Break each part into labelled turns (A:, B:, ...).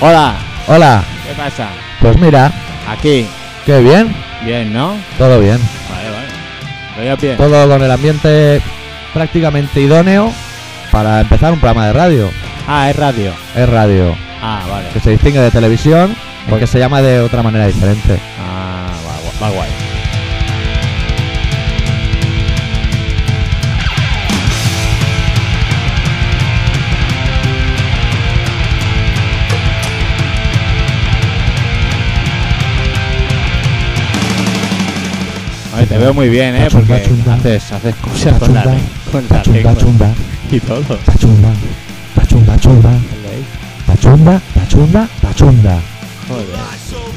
A: Hola,
B: Hola,
A: ¿qué pasa?
B: pues mira,
A: Aquí,
B: qué bien,
A: bien, ¿no?
B: todo bien.
A: Vale, vale. Lo veo bien.
B: Todo con el ambiente prácticamente idóneo para empezar un programa de radio.
A: Ah, es radio.
B: Es radio,
A: Ah, vale.
B: que se distingue de televisión porque se llama de otra manera diferente.
A: Ah, va, gua- va guay. Oye, te veo muy bien, ¿eh?
B: Chumba,
A: Porque
B: chumba.
A: haces, haces cosas con la,
B: Chumba,
A: con la
B: Chumba,
A: tecla
B: chumba,
A: y todo.
C: Tá
B: chumba, chumba, chumba, chumba, chumba, chumba.
A: Joder.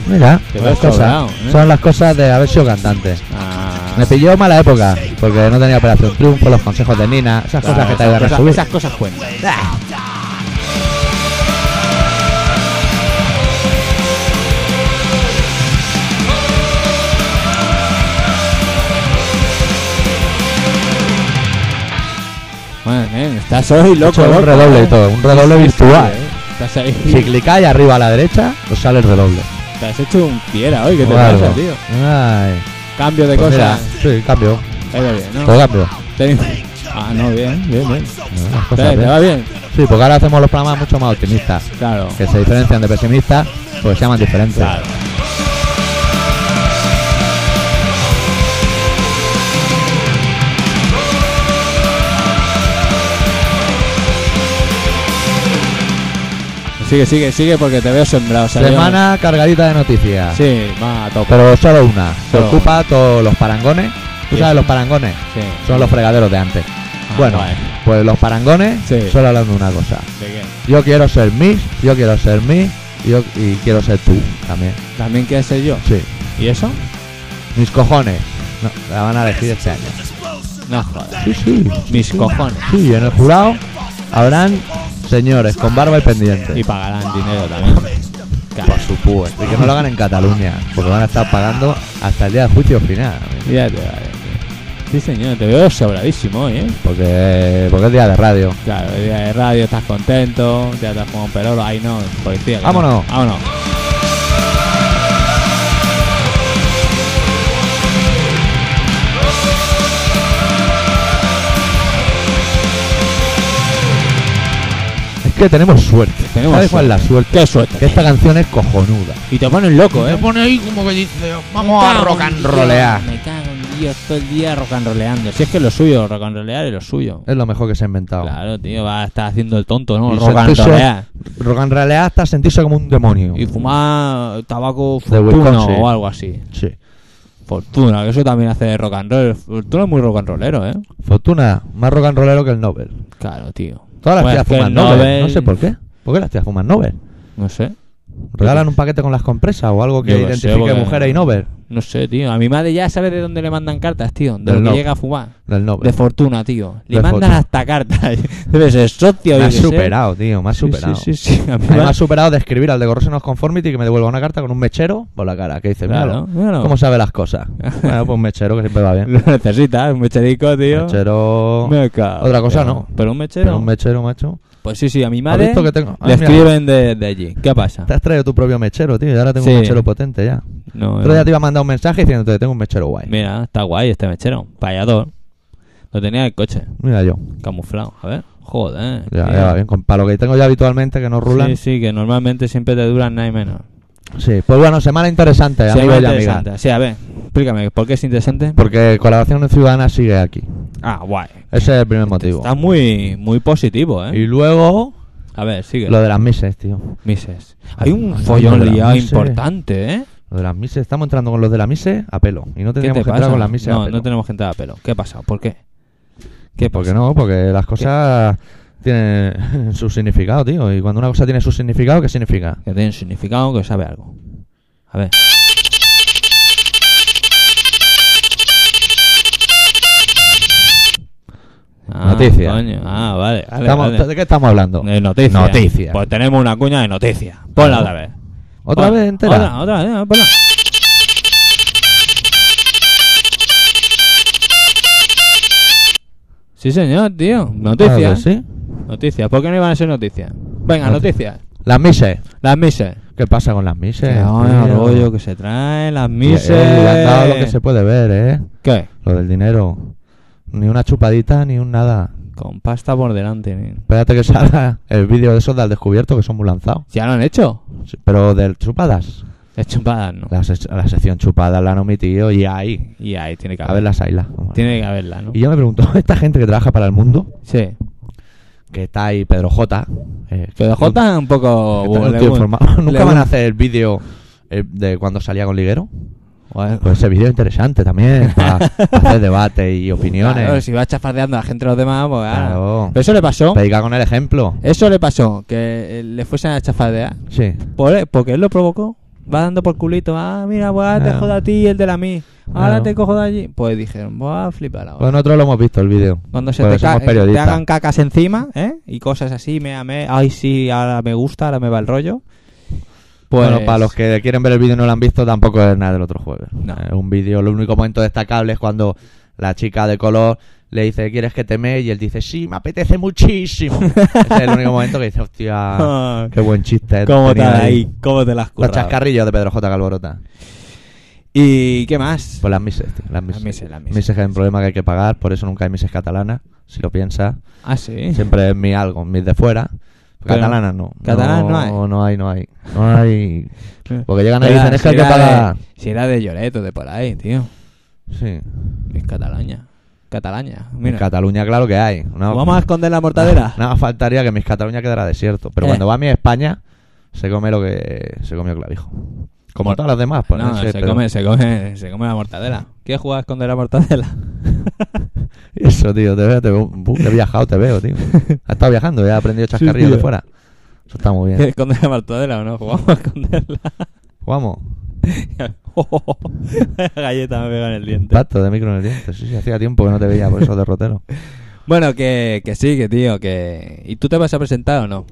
B: Mira,
A: Te
B: las
A: ves sobrado,
B: cosas,
A: ¿eh?
B: son las cosas de haber sido cantante.
A: Ah,
B: Me pilló mala época, porque no tenía Operación Triunfo, los consejos de Nina, esas
A: claro,
B: cosas que
A: esas
B: te ayudan a
A: cosas-
B: subir.
A: Esas cosas cuentan. Ah. Madre mía, estás hoy
B: He
A: loco,
B: hecho un
A: loco,
B: redoble
A: ¿eh?
B: y todo, un redoble virtual.
A: Sí, ¿eh? Estás ahí.
B: Si clicáis arriba a la derecha, os sale el redoble.
A: Te has hecho un fiera hoy, ¿qué te
B: O algo.
A: pasa, tío?
B: Ay,
A: Cambio de
B: pues mira,
A: cosas.
B: sí, cambio.
A: Te ha ido bien, ¿no?
B: Pues cambio.
A: Te- Ah, no, bien, bien, bien.
B: No, las
A: ¿Te,
B: cosas
A: te
B: bien.
A: va bien?
B: Sí, porque ahora hacemos los programas mucho más optimistas,
A: Claro.
B: que se diferencian de pesimistas, pues se llaman diferentes.
A: Claro. Sigue, sigue, sigue porque te veo sembrado. Sabión.
B: Semana cargadita de noticias,
A: Sí, va a tope.
B: pero solo una. Se
A: Solo
B: ocupa todos los parangones. ¿Tú
A: Sí.
B: sabes los parangones?
A: Sí.
B: Son los fregaderos de antes.
A: Ah,
B: Bueno,
A: vale.
B: pues los parangones
A: Sí.
B: solo hablan de una cosa.
A: ¿De qué?
B: Yo quiero ser Miss, yo quiero ser Miss yo, y quiero ser tú también.
A: ¿También quieres ser yo?
B: Sí.
A: ¿Y eso?
B: Mis cojones. No, la van a elegir este año.
A: No jodas.
B: Sí, sí.
A: Mis cojones.
B: Sí, y en el jurado habrán señores con barba y pendiente.
A: Y pagarán dinero también. Claro.
B: por supuesto. Y que no lo hagan en Cataluña, porque van a estar pagando hasta el día del juicio final.
A: Fíjate, vale. Sí, señor, te veo sobradísimo hoy, ¿eh?
B: Porque, porque es día de radio.
A: Claro, el día de radio, estás contento, ya te has fumado un perolo, ahí no, policía. que
B: Vámonos.
A: No. Vámonos.
B: Es que tenemos suerte.
A: Tenemos
B: ¿Sabes cuál es la
A: suerte.
B: suerte?
A: Qué suerte.
B: Que esta canción es cojonuda.
A: Y te ponen loco,
C: Me
A: ¿eh?
C: pone ahí como que dice,
B: Vamos a rock and rollear.
A: Me cago en Dios, todo el día rock and roleando. Si es que es lo suyo, rock and rolear es lo suyo.
B: Es lo mejor que se ha inventado.
A: Claro, tío, va a estar haciendo el tonto, ¿no?
B: Y
A: Rock and
B: sentirse-
A: rolear.
B: Rock and rolear hasta sentirse como un demonio.
A: Y fumar tabaco
B: De
A: fortuna
B: Wisconsin.
A: o algo así.
B: Sí.
A: Fortuna, que eso también hace de rock and roll. Fortuna es muy rock and rollero, ¿eh?
B: Fortuna, más rock and rollero que el Nobel.
A: Claro, tío.
B: Todas las
A: Bueno,
B: tías
A: es Pues que
B: fuman
A: el
B: Nobel.
A: Nobel-
B: No sé por qué. ¿Por qué las tías fuman Nobel?
A: No sé.
B: ¿Regalan un paquete con las compresas o algo que
A: Yo qué sé,
B: identifique
A: porque-
B: mujeres y Nobel?
A: No sé, tío. A mi madre ya sabe de dónde le mandan cartas, tío. De
B: Del
A: lo
B: no.
A: que llega a fumar.
B: Del Nobel.
A: De fortuna, tío. Le
B: Pues De
A: mandan
B: fortuna.
A: hasta cartas. Debe ser socio.
B: me
A: yo
B: has
A: qué sé.
B: superado, tío. Me has
A: Sí,
B: superado.
A: Sí, sí, sí. A mi
B: A mí Me
A: madre-
B: has superado de escribir al de Corrosion of Conformity que me devuelva una carta con un mechero por la cara. Que dice,
A: Claro,
B: míralo.
A: míralo.
B: ¿Cómo sabe las cosas? bueno, pues un mechero que siempre va bien.
A: Lo necesitas, un mecherico, tío.
B: Mechero.
A: Me cago,
B: Otra cosa
A: tío.
B: no.
A: Pero un mechero.
B: Pero un mechero, macho.
A: Pues sí, sí, a mi
B: ¿Has
A: madre
B: visto que tengo? Ah,
A: le
B: mira,
A: escriben de, de allí. ¿Qué pasa?
B: Te has traído tu propio mechero, tío. Y ahora tengo
A: Sí.
B: un mechero potente ya.
A: No,
B: Otro día
A: no.
B: te iba a mandar un mensaje diciéndote tengo un mechero guay.
A: Mira, está guay este mechero. Payador. Lo tenía en el coche,
B: Mira yo.
A: camuflado. A ver, joder.
B: Ya,
A: tío.
B: ya va bien. Con para lo que tengo yo habitualmente que no rulan.
A: Sí,
B: Sí,
A: sí, que normalmente siempre te duran nada y menos.
B: Pues bueno, semana interesante,
A: Sí,
B: amigos y
A: interesante.
B: amigas.
A: Sí, a ver, explícame, ¿por qué es interesante?
B: Porque colaboración ciudadana sigue aquí.
A: Ah, guay.
B: Ese es el primer motivo.
A: Está muy, muy positivo, ¿eh?
B: Y luego,
A: A ver, sigue.
B: lo de las mises, tío.
A: Mises. Hay un
B: Ay,
A: follón
B: hombre,
A: liado
B: mises.
A: importante, ¿eh?
B: Lo de las mises. Estamos entrando con los de las mises a pelo. Y no
A: ¿Qué te
B: tendríamos que
A: pasa?
B: entrar con las mises a
A: no,
B: pelo.
A: no tenemos gente a pelo. ¿Qué pasa? ¿Por qué? ¿Qué
B: ¿Por
A: pasa?
B: qué no? Porque las cosas tienen su significado, tío. Y cuando una cosa tiene su significado, ¿qué significa?
A: Que tiene significado, que sabe algo. A ver. Ah,
B: Noticia.
A: coño. Ah, vale. vale,
B: Estamos-
A: vale.
B: ¿De qué estamos hablando?
A: De noticias.
B: Noticias.
A: Pues tenemos una cuña de noticias. Ponla otra vez.
B: ¿Otra
A: Ponla,
B: vez entera?
A: Otra, otra vez, eh, ponla. Sí, señor, tío.
B: Claro que
A: Noticias.
B: sí.
A: Noticias. ¿Por qué no iban a ser noticias? Venga,
B: Noti-
A: noticias.
B: Las mises.
A: Las mises.
B: ¿Qué pasa con las mises?
A: No,
B: tío?
A: el rollo que se traen, las
B: Le-
A: mises.
B: le han dado lo que se puede ver, ¿eh?
A: ¿Qué?
B: Lo del dinero. Ni una chupadita, ni un nada.
A: Con pasta por delante. nen.
B: Espérate que salga el vídeo de esos de al descubierto que son muy lanzados.
A: ¿Ya lo han hecho?
B: Sí, Pero del chupadas.
A: Es chupadas, ¿no?
B: La, se- la sección chupada la han omitido y ahí.
A: Y ahí tiene que
B: A ver
A: haberla.
B: las ailas.
A: Tiene que haberla, ¿no?
B: Y yo me pregunto, esta gente que trabaja para el mundo,
A: Sí.
B: que está ahí Pedro J. eh,
A: Pero J es un poco...
B: que está un
A: le-
B: tío formado. Nunca
A: le-
B: van a hacer el vídeo eh, de cuando salía con Liguero.
A: Joder.
B: Pues ese vídeo es interesante también, para hacer debate y opiniones.
A: Claro, si va chafardeando a la gente de los demás, pues... ah.
B: Claro.
A: Pero Eh. eso le pasó.
B: Predica con el ejemplo.
A: Eso le pasó, que eh, le fuesen a chafardear.
B: Sí.
A: Por él- porque él lo provocó. Va dando por culito. Ah, mira, pues ahora te
B: Claro.
A: jodo a ti y el de la mí. Ahora
B: Claro.
A: te cojo de allí. Pues dijeron, va a flipar ahora.
B: Pues nosotros lo hemos visto el vídeo.
A: Cuando se
B: porque
A: te, ca-
B: somos
A: eh, te
B: periodistas.
A: hagan cacas encima, ¿eh? Y cosas así, me amé. Ay, sí, ahora me gusta, ahora me va el rollo. Pues.
B: Bueno, para los que quieren ver el vídeo y no lo han visto, tampoco es nada del otro jueves.
A: No.
B: Eh, un vídeo, lo único momento destacable es cuando la chica de color le dice, ¿quieres que te me? Y él dice, sí, me apetece muchísimo. Ese es el único momento que dice, hostia,
A: Ah,
B: qué buen chiste. este
A: ¿Cómo te
B: tenía
A: ahí? ¿Cómo te las
B: Los
A: currado?
B: chascarrillos de Pedro J. Calvorota.
A: ¿Y qué más?
B: Pues las mises, tío, las mises.
A: Las mises, las mises.
B: que es un problema que hay que pagar, por eso nunca hay mises catalanas, si lo piensas.
A: ah, sí.
B: Siempre es mi algo, mis de fuera.
A: Pero-
B: Catalanas no.
A: catalanas no hay.
B: No, no hay, no hay. No hay.
A: Porque
B: Porque llegan ahí y dicen, es que hay que pagar.
A: Si era de Lloret o de por ahí, tío.
B: Sí.
A: Es catalaña. Catalaña.
B: Pues En
A: Mira.
B: Cataluña, claro que hay. No,
A: ¿Vamos a esconder la mortadera?
B: Nada, faltaría que mis Cataluña quedara desierto. Pero
A: Eh.
B: cuando va a mi España, se come lo que se comió Clavijo. Como todas las demás, pues
A: no,
B: sé,
A: se,
B: pero-
A: come, se, come, se come la mortadela. ¿Quieres jugar a esconder la mortadela?
B: Eso, tío, te veo, te veo. Bu, he viajado, te veo, tío. Has estado viajando, ya has aprendido
A: tío.
B: chascarrillos
A: Eh.
B: de fuera. Eso está muy
A: ¿Quieres
B: bien. Pues
A: esconder la mortadela o no? Jugamos a esconderla.
B: Vamos.
A: Galleta me pega en el diente.
B: Impacto de micro en el diente. Sí, sí, hacía tiempo que no te veía por esos derroteros.
A: Bueno, que, que sí, que tío, que... ¿Y tú te vas a presentar o no?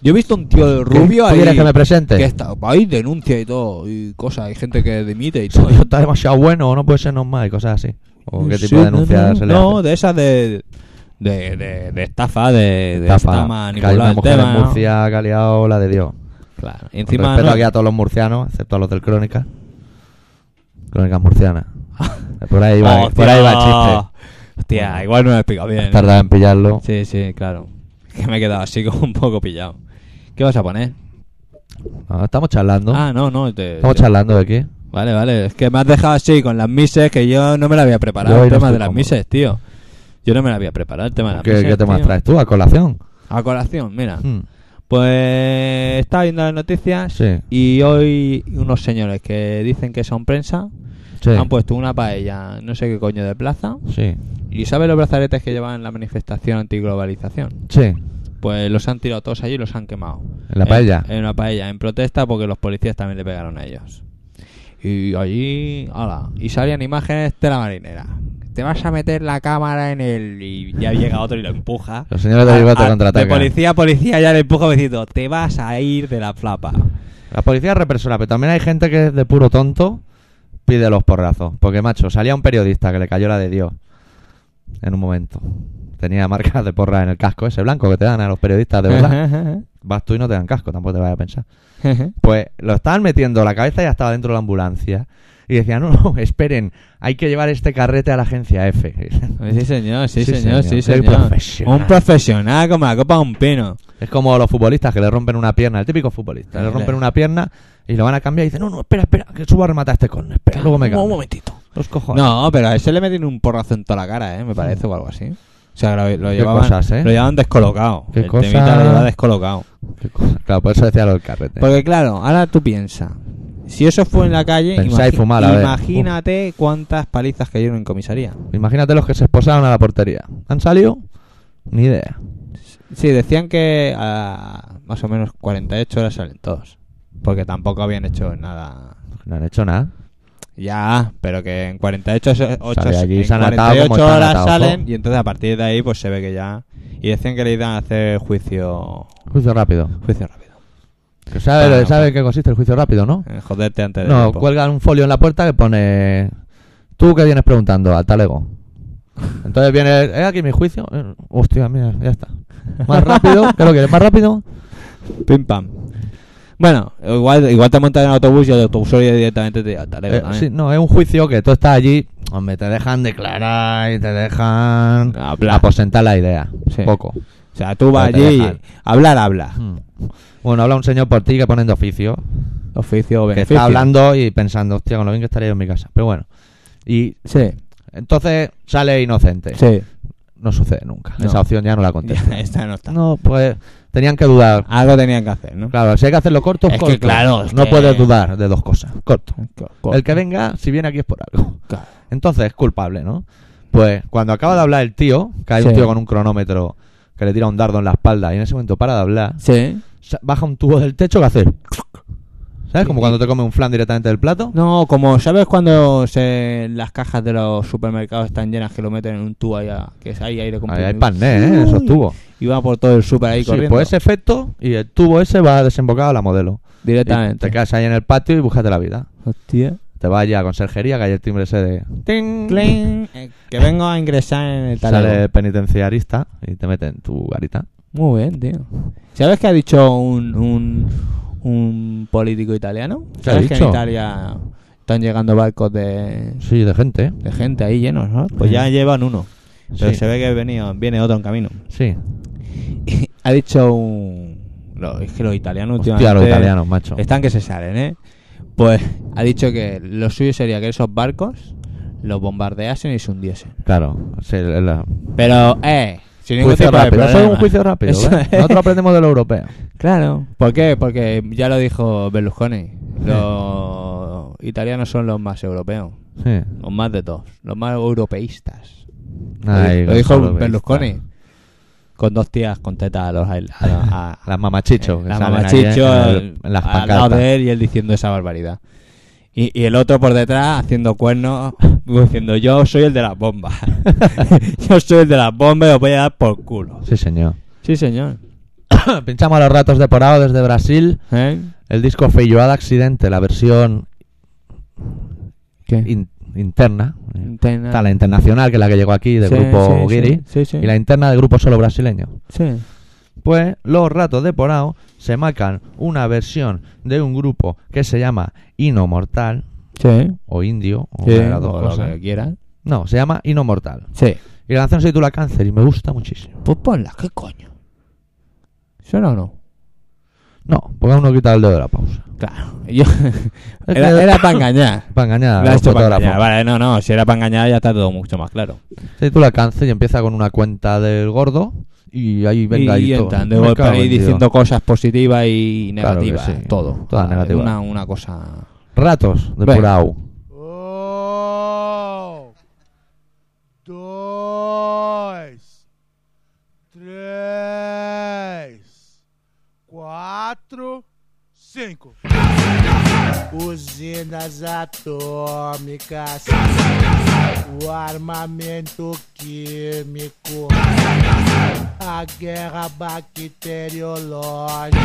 A: Yo he visto un tío rubio
B: ¿Tú
A: ahí...
B: quieres que me presente?
A: que está, ahí denuncia y todo, y cosas, hay gente que dimite y todo.
B: Eso está demasiado bueno o no puede ser normal y cosas así. ¿O qué tipo
A: Sí,
B: de denuncias
A: no,
B: se
A: no,
B: le
A: no,
B: hace?
A: de esas de... De, de, de estafa, de, de
B: Estafa,
A: esta
B: que hay
A: manipulada
B: una
A: el
B: mujer
A: tema,
B: en
A: ¿no?
B: Murcia que ha liado la de Dios.
A: Claro, y
B: Con
A: encima
B: respeto
A: no-
B: aquí a todos los murcianos, excepto a los del Crónica. Crónicas murcianas. Por ahí va,
A: Hostia.
B: por ahí va el chiste.
A: Hostia, igual no lo he explicado bien.
B: Has tardado en pillarlo.
A: Sí, sí, claro. Que me he quedado así como un poco pillado. ¿Qué vas a poner?
B: No, estamos charlando.
A: Ah, no, no. te-
B: estamos
A: te-
B: charlando de aquí.
A: Vale, vale. Es que me has dejado así con las mises que yo no me la había preparado. El
B: Yo hoy no
A: tema de
B: estoy
A: las
B: cómodo.
A: mises, tío. Yo no me la había preparado el tema de las
B: ¿Qué,
A: mises.
B: qué temas
A: pues tío. Ah.
B: traes tú a colación?
A: A colación, mira.
B: Mm,
A: Pues estaba viendo las noticias
B: Sí.
A: y hoy unos señores que dicen que son prensa
B: Sí.
A: han puesto una paella, no sé qué coño de plaza.
B: Sí.
A: ¿Y sabes los brazaletes que llevan en la manifestación antiglobalización?
B: Sí. En
A: Pues los han tirado todos allí y los han quemado.
B: la paella.
A: En una paella, en protesta porque los policías también le pegaron a ellos. Y allí, ala, y salían imágenes de la marinera. Te vas a meter la cámara en el... Y ya llega otro y lo empuja.
B: Los señores de
A: A-
B: Bilbao
A: a-
B: te
A: de
B: contraatacan.
A: policía a policía ya le empuja diciendo, te vas a ir de la flapa.
B: La policía es represora, pero también hay gente que es de puro tonto pide los porrazos. Porque, macho, salía un periodista que le cayó la de Dios en un momento. Tenía marcas de porra en el casco, ese blanco que te dan a los periodistas, de verdad. Vas tú y no te dan casco, tampoco te vayas a pensar. Pues lo estaban metiendo, la cabeza ya estaba dentro de la ambulancia. Y decían, no, no, esperen, hay que llevar este carrete a la agencia F.
A: sí, señor, sí,
B: Sí,
A: señor,
B: señor.
A: sí,
B: Soy
A: señor.
B: profesional.
A: Un profesional como la copa de un pino.
B: Es como los futbolistas que le rompen una pierna, el típico futbolista, le rompen una pierna y lo van a cambiar y dicen, no, no, espera, espera, que subo a rematar este córner, espera, luego me
A: Un- Un
B: cambio.
A: momentito.
B: Los cojones.
A: No, pero a ese le metieron un porrazo en toda la cara, ¿eh? Me parece, o algo así. O sea, lo, lo
B: Qué
A: llevaban,
B: cosas, ¿eh?
A: lo llevaban descolocado.
B: Qué
A: el
B: cosa-
A: temita lo llevaba descolocado.
B: Qué cosa. Claro, por eso decía lo del carrete.
A: Porque claro, ahora tú piensas, si eso fue en la calle,
B: Pensá y
A: imagi-
B: fumar, a ver.
A: imagínate cuántas palizas cayeron en comisaría.
B: Imagínate los que se esposaron a la portería. ¿Han salido? Ni idea.
A: Sí, decían que a más o menos 48 horas salen todos. Porque tampoco habían hecho nada.
B: No han hecho nada.
A: Ya, pero que en 48, so- ocho-
B: Sale allí,
A: en
B: se han atado
A: 48
B: como están
A: horas
B: atados,
A: salen
B: ¿no?
A: y entonces a partir de ahí pues se ve que ya... Y decían que le iban a hacer juicio
B: Juicio rápido.
A: Juicio rápido.
B: Que sabe,
A: Claro.
B: sabe en qué consiste el juicio rápido, ¿no?
A: Eh, Joderte antes de
B: No,
A: tiempo.
B: cuelgan un folio en la puerta que pone... ¿Tú qué vienes preguntando? Al talego. Entonces viene... ¿Es aquí mi Eh, juicio? Eh, Hostia, mira, ya está. Más rápido. ¿Qué lo quieres? ¿Más rápido?
A: Pim pam. Bueno, igual, igual te montas en el autobús y el autobusuario directamente te hasta luego
B: Eh,
A: también.
B: sí, no, es un juicio que tú estás allí, hombre, te dejan declarar y te dejan
A: Hablar.
B: aposentar la idea.
A: Sí.
B: Ah, pues, Poco.
A: O sea, tú vas
B: No te
A: allí,
B: dejan.
A: hablar, habla.
B: Hmm. Bueno, habla un señor por ti que ponen de oficio,
A: Oficio o
B: que
A: beneficio.
B: está hablando y pensando, hostia, con lo bien que estaría yo en mi casa. Pero bueno, y
A: Sí,
B: entonces sale inocente.
A: sí.
B: No sucede nunca.
A: No.
B: Esa opción ya no la contestan.
A: Ya, esta no está.
B: No, pues tenían que dudar.
A: Algo tenían que hacer, ¿no?
B: Claro, si hay que hacerlo corto,
A: Es que
B: corto.
A: claro, es
B: no
A: que-
B: puedes dudar de dos cosas. Corto.
A: Co-
B: El que venga, si viene aquí es por algo.
A: Claro.
B: Entonces es culpable, ¿no? Pues cuando acaba de hablar el tío, que hay
A: Sí.
B: un tío con un cronómetro que le tira un dardo en la espalda y en ese momento para de hablar,
A: Sí.
B: sa- baja un tubo del techo que hace. ¿Sabes? Como
A: Sí.
B: cuando te come un flan directamente del plato.
A: No, como sabes cuando se, las cajas de los supermercados están llenas que lo meten en un tubo allá, que es ahí aire
B: Ahí
A: comprimido.
B: hay pané, ¿eh? Esos
A: Uy.
B: tubos.
A: Y va por todo el super ahí
B: Sí,
A: corriendo.
B: pues ese efecto y el tubo ese va desembocado a la modelo. Y
A: Directamente.
B: te quedas ahí en el patio y búscate la vida.
A: Hostia.
B: Te vas allí a conserjería, que hay el timbre ese de... ting,
A: Clean. Eh, que vengo a ingresar en el
B: Sale
A: talero.
B: el penitenciarista y te mete en tu garita.
A: Muy bien, tío. ¿Sabes qué ha dicho un, un, un político italiano?
B: ¿Qué ha
A: ¿Sabes que en
B: dicho?
A: Italia están llegando barcos de,
B: Sí, de gente, ¿eh?
A: de gente ahí llenos, ¿no? Pues
B: Sí.
A: ya llevan uno. Pero
B: Sí.
A: se ve que venía, viene otro en camino.
B: Sí.
A: ha dicho un... lo- es que los italianos
B: Hostia,
A: últimamente
B: los italianos, macho.
A: están que se salen, ¿eh? Pues ha dicho que lo suyo sería que esos barcos los bombardeasen y se hundiesen.
B: Claro. sí, es la-
A: Pero, eh, sin ningún
B: Juicio
A: tipo de
B: rápido. Eso es
A: problema.
B: un juicio rápido.
A: Eso
B: ¿ves?
A: es.
B: Nosotros aprendemos de lo europeo.
A: Claro. ¿Por qué? Porque ya lo dijo Berlusconi. Los italianos son los más europeos.
B: Sí.
A: Los más de todos. Los más europeístas.
B: Ay,
A: lo dijo
B: Gonzalo
A: Berlusconi.
B: Vista.
A: Con dos tías con tetas a los... A, a- a-
B: Las mamachicho. que
A: la
B: salen
A: mamá
B: ahí en-
A: Chicho
B: en,
A: al-
B: el- en las
A: al lado
B: pancartas.
A: de él y él diciendo esa barbaridad. Y, y el otro por detrás haciendo cuernos, diciendo yo soy el de las bombas. yo soy el de las bombas y os voy a dar por culo.
B: Sí, señor.
A: Sí, señor.
B: Pinchamos a los ratos de porado desde Brasil.
A: ¿Eh?
B: El disco Feijoada Accidente, la versión
A: ¿Qué?
B: in- interna. eh,
A: Interna.
B: Está la internacional, que es la que llegó aquí, del
A: Sí,
B: grupo
A: sí,
B: Guiri.
A: sí, sí, sí.
B: Y la interna del grupo solo brasileño.
A: Sí.
B: Pues los ratos de porao se marcan una versión de un grupo que se llama Inomortal
A: Sí.
B: o Indio o
A: Sí,
B: una de las dos
A: o lo
B: cosas.
A: que quieras.
B: No, se llama Inomortal.
A: Sí.
B: Y la canción se titula Cáncer y me gusta muchísimo.
A: Pues ponla, ¿qué coño? ¿Suena o no?
B: No, porque uno quita el dedo de la pausa.
A: Claro. Yo- era, era para engañar.
B: Para engañar
A: Lo
B: a
A: ha
B: los
A: hecho para
B: fotógrafos.
A: engañar. Vale, no, no. Si era para engañar ya está todo mucho más claro.
B: Se titula Cáncer y empieza con una cuenta del gordo y ahí venga
A: y
B: ahí todo.
A: entran de
B: Me
A: golpe
B: cago
A: ahí
B: en Dios.
A: diciendo cosas positivas y
B: Claro que
A: negativas.
B: sí.
A: Todo.
B: Todas
A: Vale,
B: negativas.
A: Una, una cosa.
B: Ratos de
A: Venga.
B: porao.
C: Um, dois, três, quatro, cinco. Usinas atômicas, o armamento químico, a guerra bacteriológica.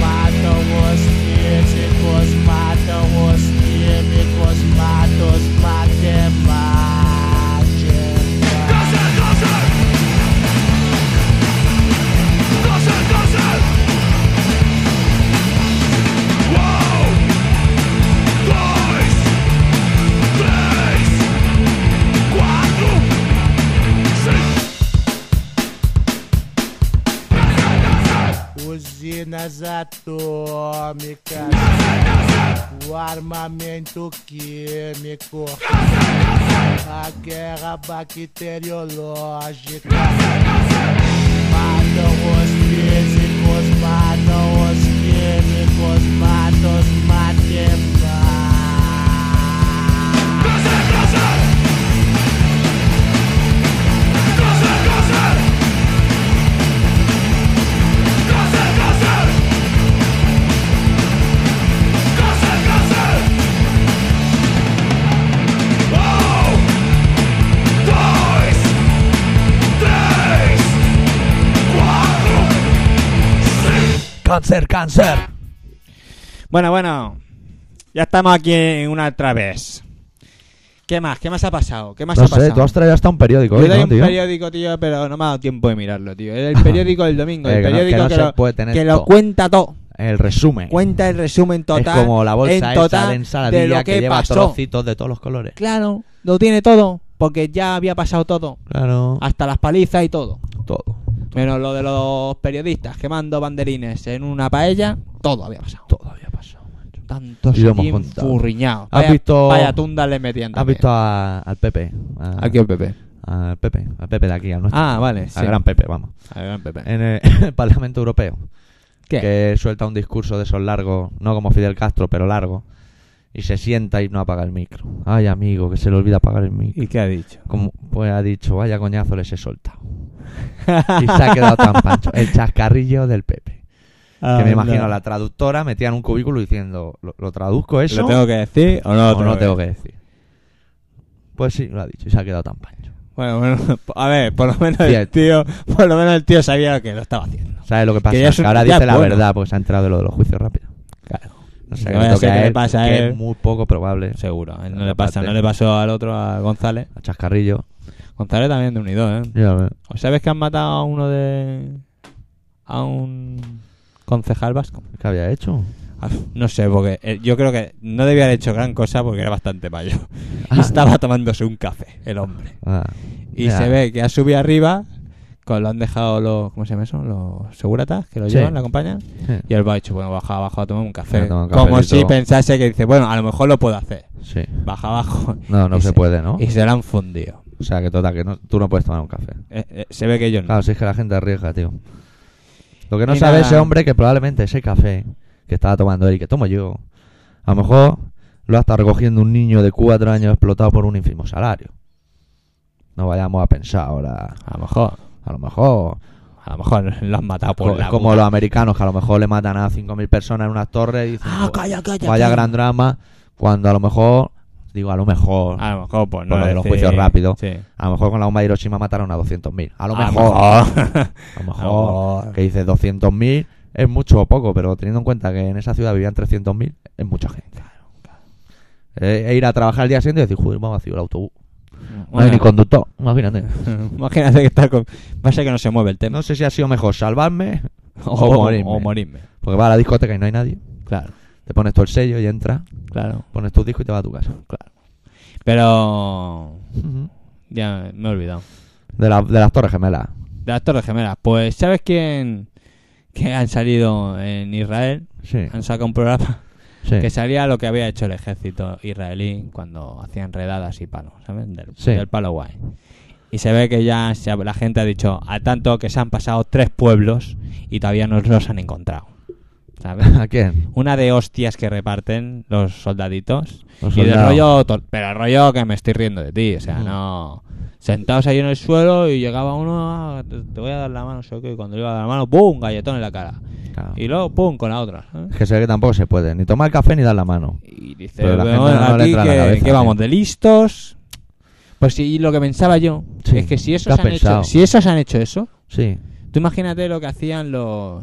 C: Matam os físicos, matam os químicos, matam os matemáticos. Usinas atômicas, o armamento químico, a guerra bacteriológica. Matam os físicos, matam os químicos, matam os matemáticos.
B: Cáncer, cáncer.
A: Bueno, bueno. Ya estamos aquí en una otra vez. ¿Qué más? ¿Qué más ha pasado? ¿Qué más
B: No
A: ha
B: sé,
A: pasado?
B: tú has traído hasta un periódico
A: Yo
B: hoy,
A: tenía
B: ¿no,
A: un
B: tío?
A: periódico, tío, pero no me ha dado tiempo de mirarlo, tío. Era el periódico del domingo.
B: Eh,
A: el
B: que no- que
A: periódico
B: no
A: que,
B: se
A: lo,
B: puede tener
A: que
B: todo.
A: lo cuenta todo.
B: El resumen.
A: Cuenta el resumen total.
B: es como la bolsa
A: en
B: esa
A: total
B: de
A: de
B: ensaladilla
A: lo que,
B: que, lleva
A: pasó.
B: trocitos de todos los colores.
A: Claro, lo tiene todo, porque ya había pasado todo,
B: Claro.
A: hasta las palizas y todo.
B: Todo.
A: Menos lo de los periodistas quemando banderines en una paella, todo había pasado.
B: Todo había pasado, macho.
A: Tanto
B: Y lo hemos
A: sillín
B: contado.
A: furriñado.
B: ¿Has
A: Vaya-
B: visto-
A: Vaya tunda le metían
B: ¿Has visto a- al Pepe? A-
A: Aquí el Pepe.
B: Al Pepe. Al Pepe de aquí, al nuestro.
A: Ah, vale.
B: al gran Eh, Pepe, vamos.
A: Pepe.
B: En el, el Parlamento Europeo.
A: ¿Qué?
B: Que suelta un discurso de esos largos, no como Fidel Castro, pero largo. Y se sienta y no apaga el micro. Ay, amigo, que se le olvida apagar el micro.
A: ¿Y qué ha dicho?
B: Como pues ha dicho, vaya coñazo les he soltado. Y se ha quedado tan pancho. El chascarrillo del Pepe. que me
A: Ah,
B: imagino la traductora metía en un cubículo diciendo, ¿lo, lo traduzco eso?
A: ¿Lo tengo que decir o no lo
B: o
A: tengo,
B: no
A: que
B: tengo
A: decir?
B: que decir. Pues sí, lo ha dicho y se ha quedado tan pancho.
A: Bueno, bueno, a ver, por lo menos el
B: Cierto.
A: tío, por lo menos el tío sabía que lo estaba haciendo.
B: ¿Sabes lo que pasa?
A: ya es un-
B: Que ahora
A: ya
B: dice
A: es
B: la
A: bueno.
B: verdad porque se ha enterado de lo de los juicios rápidos.
A: Claro.
B: No sé
A: Que
B: qué
A: vaya
B: le
A: a ser
B: toque
A: que
B: a
A: le
B: él,
A: pasa a
B: que
A: él.
B: es muy poco probable.
A: Seguro, a él no
B: Pero
A: le pasa,
B: aparte-
A: no le pasó al otro, a González.
B: A chascarrillo.
A: González también de unido, ¿eh?
B: Ya ves.
A: ¿O sabes que han matado a uno de. a un concejal vasco?
B: ¿Qué había hecho?
A: Ah, No sé, porque eh, yo creo que no debía haber hecho gran cosa porque era bastante mayor. Y Estaba tomándose un café, el hombre.
B: Ah,
A: Y
B: ya.
A: se ve que ha subido arriba, con lo han dejado los. ¿Cómo se llama eso? Los seguratas que lo
B: Sí.
A: llevan, la acompañan.
B: Sí.
A: Y él va dicho, bueno, baja abajo a tomar un café.
B: A tomar un
A: Como
B: cafecito.
A: si pensase que dice, bueno, a lo mejor lo puedo hacer.
B: Sí.
A: Baja abajo.
B: No, no
A: Y
B: se puede, ¿no?
A: Y se lo han fundido.
B: O sea, que total, que no- tú no puedes tomar un café.
A: Eh, eh, se ve que yo no.
B: Claro, si es que la gente arriesga, tío. Lo que no
A: Y
B: sabe
A: nada.
B: ese hombre que probablemente ese café que estaba tomando él y que tomo yo, a lo mejor lo ha estado recogiendo un niño de cuatro años explotado por un ínfimo salario. No vayamos a pensar ahora.
A: A lo mejor.
B: A lo mejor.
A: A lo mejor lo han matado por
B: co-
A: la
B: es como los americanos que a lo mejor le matan a 5.000 personas en unas torres y dicen,
A: Ah,
B: "Joder,
A: calla, calla.
B: vaya
A: calla.
B: gran drama, cuando a lo mejor, digo, a lo mejor,
A: A lo mejor, pues no.
B: Por lo de los
A: decir-
B: juicios rápidos.
A: Sí.
B: a lo mejor con la bomba de Hiroshima mataron a 200.000. A lo
A: A
B: mejor.
A: mejor.
B: A lo
A: A lo
B: mejor.
A: mejor.
B: que dice 200.000 es mucho o poco, pero teniendo en cuenta que en esa ciudad vivían 300.000, es mucha gente. Eh, e ir a trabajar el día siguiente y decir, joder, vamos vacío el autobús. No hay
A: Bueno,
B: ni conductor, imagínate. Eh,
A: Imagínate que está con. Pasa que no se mueve el tema.
B: No sé si ha sido mejor salvarme o, morirme.
A: o morirme.
B: Porque va a la discoteca y no hay nadie.
A: Claro,
B: Te pones tú el sello y entras,
A: claro,
B: pones tu disco y te vas a tu casa.
A: claro. Pero.
B: Ujú.
A: Ya me he olvidado.
B: De, la- de las Torres Gemelas.
A: De las Torres Gemelas. Pues, ¿sabes quién? Que han salido en Israel.
B: Sí,
A: Han sacado un programa
B: sí.
A: Ah, que salía lo que había hecho el ejército israelí cuando hacían redadas y palos, ¿sabes? Del,
B: Sí.
A: del palo guay. Y se ve que ya se ha- la gente ha dicho, a tanto que se han pasado tres pueblos y todavía no los han encontrado. ¿Sabes?
B: ¿A quién?
A: Una de hostias que reparten los soldaditos.
B: Los
A: y del
B: soldados.
A: rollo, tor- pero el rollo que me estoy riendo de ti, o sea,
B: Mm.
A: no. Sentados ahí en el suelo y llegaba uno, "Ah, te, te voy a dar la mano, no sé qué, y cuando le iba a dar la mano, ¡pum! galletón en la cara.
B: Claro.
A: Y luego, ¡pum! con la otra. ¿eh?
B: Es que se ve que tampoco se puede, ni tomar café ni dar la mano.
A: Y dice,
B: Pero la
A: "Bueno,
B: gente no le
A: aquí
B: entra en la
A: que,
B: cabeza,
A: que
B: ¿eh?
A: vamos de listos. Pues sí, lo que pensaba yo
B: Sí.
A: es que si
B: ¿Qué
A: esos,
B: has
A: han hecho,
B: pensado?
A: si esos han hecho eso,
B: Sí,
A: tú imagínate lo que hacían los,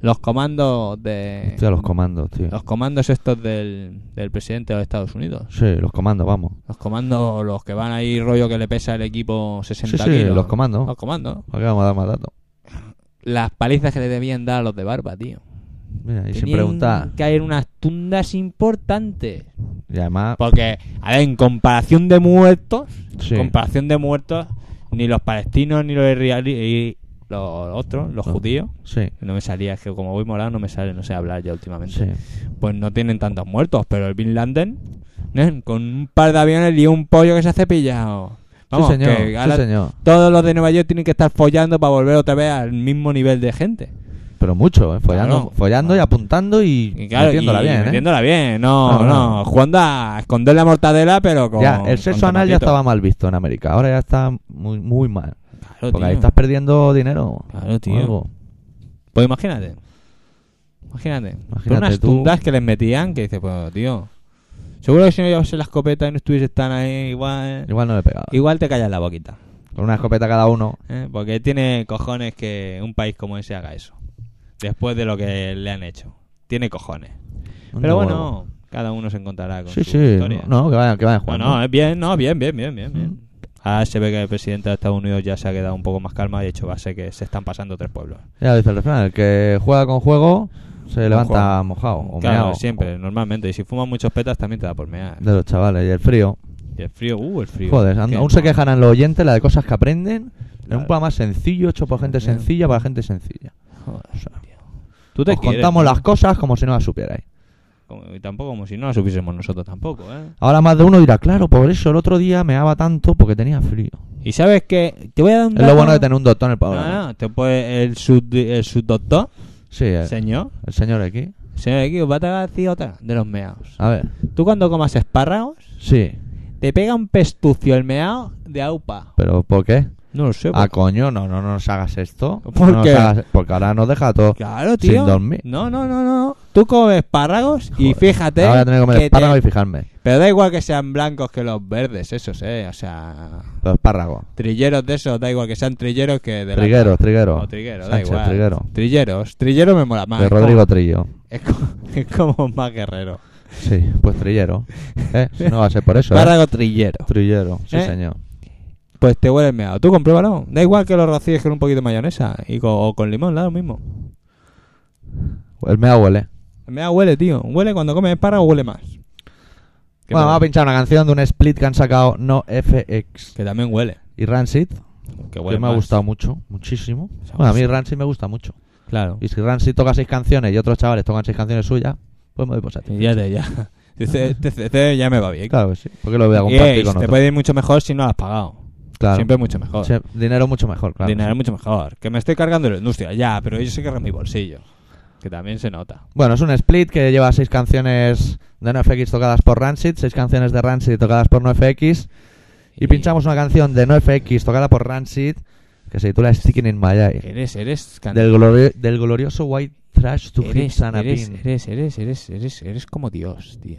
A: los comandos de...
B: hostia, los comandos, tío.
A: los comandos estos del, del presidente de los Estados Unidos.
B: Sí, los comandos, vamos.
A: Los comandos, los que van ahí rollo que le pesa el equipo 60
B: Sí, sí,
A: kilos.
B: los comandos.
A: Los comandos.
B: ¿Para qué vamos a dar más datos?
A: Las palizas que le debían dar a los de barba, tío.
B: Mira, y sin
A: Tenían
B: preguntar.
A: que hay unas tundas importantes.
B: Y además,
A: Porque, a ver, en comparación de muertos,
B: sí.
A: comparación de muertos, ni los palestinos ni los israelíes y los otros, los
B: No.
A: judíos,
B: Sí,
A: no me salía, es que como voy morado no me sale, no sé hablar ya últimamente.
B: sí.
A: Pues no tienen tantos muertos, pero el Bin Laden, nen, con un par de aviones y un pollo que se hace pillado. Vamos,
B: sí, señor.
A: que
B: sí,
A: ahora
B: señor.
A: todos los de Nueva York tienen que estar follando para volver otra vez al mismo nivel de gente.
B: Pero mucho, ¿eh? Follando,
A: Claro.
B: follando y apuntando y,
A: Y claro,
B: metiéndola
A: y
B: bien, ¿eh?
A: metiéndola bien, no,
B: No,
A: no,
B: no.
A: jugando a esconder la mortadela, pero con.
B: Ya,
A: con
B: el sexo anal ya
A: tomatito.
B: estaba mal visto en América. Ahora ya está muy, muy mal.
A: Claro,
B: Porque ahí
A: tío.
B: estás perdiendo dinero.
A: Claro,
B: o
A: tío.
B: algo.
A: Pues imagínate. Imagínate.
B: Imagínate
A: Con unas
B: tú.
A: tundas que les metían, que dices, pues, tío. Seguro que si no llevas la escopeta y no estuviese tan ahí, igual.
B: Igual no le pegaba.
A: Igual te callas la boquita.
B: Con una escopeta cada uno.
A: ¿eh? Porque tiene cojones que un país como ese haga eso. Después de lo que le han hecho. Tiene cojones.
B: un
A: Pero bueno,
B: huevo.
A: cada uno se encontrará con
B: Sí,
A: su
B: sí.
A: historia.
B: No, que vayan, que vayan
A: No,
B: jugando.
A: no, eh. es bien, no, bien, bien, bien, bien, bien.
B: Mm.
A: Ahora se ve que el presidente de Estados Unidos ya se ha quedado un poco más calma y ha hecho base que se están pasando tres pueblos.
B: Ya dice el refrán, el que juega con juego se levanta mojado o
A: claro,
B: meao.
A: siempre, normalmente. Y si fumas muchos petas también te da por mear.
B: De los chavales. Y el frío.
A: Y el frío, uh, el frío.
B: Joder, and-
A: Qué
B: aún se
A: mal.
B: quejan a los oyentes la de cosas que aprenden. En
A: Claro.
B: un programa sencillo, hecho por gente
A: Joder.
B: sencilla, para gente sencilla.
A: Joder,
B: O sea,
A: tío. Tú te
B: Os
A: quieres,
B: contamos
A: ¿no?
B: las cosas como si no las supierais.
A: Como- y tampoco como si no las supiésemos nosotros tampoco, ¿eh?
B: Ahora más de uno dirá, claro, por eso el otro día me daba tanto porque tenía frío.
A: Y sabes que te voy a dar un
B: Es lo
A: dato-
B: bueno de tener un doctor en el
A: No,
B: programa.
A: no, te puede el, sub, el subdoctor,
B: Sí, el,
A: señor,
B: el señor aquí.
A: señor de aquí, os va a decir otra de los meaos.
B: A ver,
A: Tú cuando comas espárragos,
B: sí,
A: te pega un pestucio el meao de aupa.
B: pero ¿por qué?
A: No lo sé.
B: Ah, coño, no, no, no nos hagas esto.
A: ¿Por
B: No nos
A: qué?
B: hagas- porque ahora nos deja todo.
A: Claro, tío.
B: Sin dormir.
A: No, no, no, no. Tú comes espárragos y
B: Joder.
A: fíjate.
B: Ahora voy a tener que comer
A: que te-
B: espárragos y fijarme.
A: Pero da igual que sean blancos que los verdes, esos, eh. O sea,
B: Los espárragos.
A: trilleros de esos, da igual que sean trilleros que de la-
B: Trigueros, trigueros.
A: O trigueros, da
B: Sánchez,
A: igual.
B: triguero.
A: Trilleros. Trillero me mola más.
B: De
A: es como-
B: Rodrigo Trillo.
A: Es como, es como más guerrero.
B: Sí, pues trillero. ¿Eh? si No va a ser por eso, ¿eh?
A: Espárrago trillero.
B: Trillero, sí
A: ¿Eh?
B: señor.
A: Pues te huele el meado. Tú compruébalo. Da igual que lo rocíes con un poquito de mayonesa y co- o con limón, da lo mismo.
B: El eh. mea huele.
A: El meado huele, tío. Huele cuando comes espárrago, huele más. Que
B: Bueno,
A: tam-
B: vamos a pinchar una canción de un split que han sacado No FX
A: Que también huele.
B: y Rancid,
A: Ah, Que
B: que
A: huele
B: me ha
A: más.
B: gustado mucho, muchísimo.
A: Se
B: Bueno, a mí
A: gusta.
B: Rancid me gusta mucho.
A: Claro.
B: Y si Rancid toca seis canciones y otros chavales tocan seis canciones suyas, pues me doy por satisfecho.
A: Ya te, ya. Dice, TCC ya me va bien.
B: Claro que sí, porque lo voy a
A: Y,
B: compartir
A: eh,
B: con
A: te
B: otros.
A: puede ir mucho mejor si no lo has pagado.
B: Claro.
A: Siempre mucho mejor.
B: Sie- dinero mucho mejor, claro.
A: Dinero mucho mejor. Que me estoy cargando la industria, ya, pero yo sé que mi bolsillo. Que también se nota.
B: Bueno, es un split que lleva seis canciones de NoFX tocadas por Rancid, seis canciones de Rancid tocadas por NoFX y, pinchamos una canción de NoFX tocada por Rancid que se titula Sticking in My Eye
A: Eres, eres, can-
B: del, glorio- del glorioso White Trash to
A: eres,
B: Hips and a
A: eres,
B: Pin.
A: eres, eres, eres, eres, eres como Dios, tío.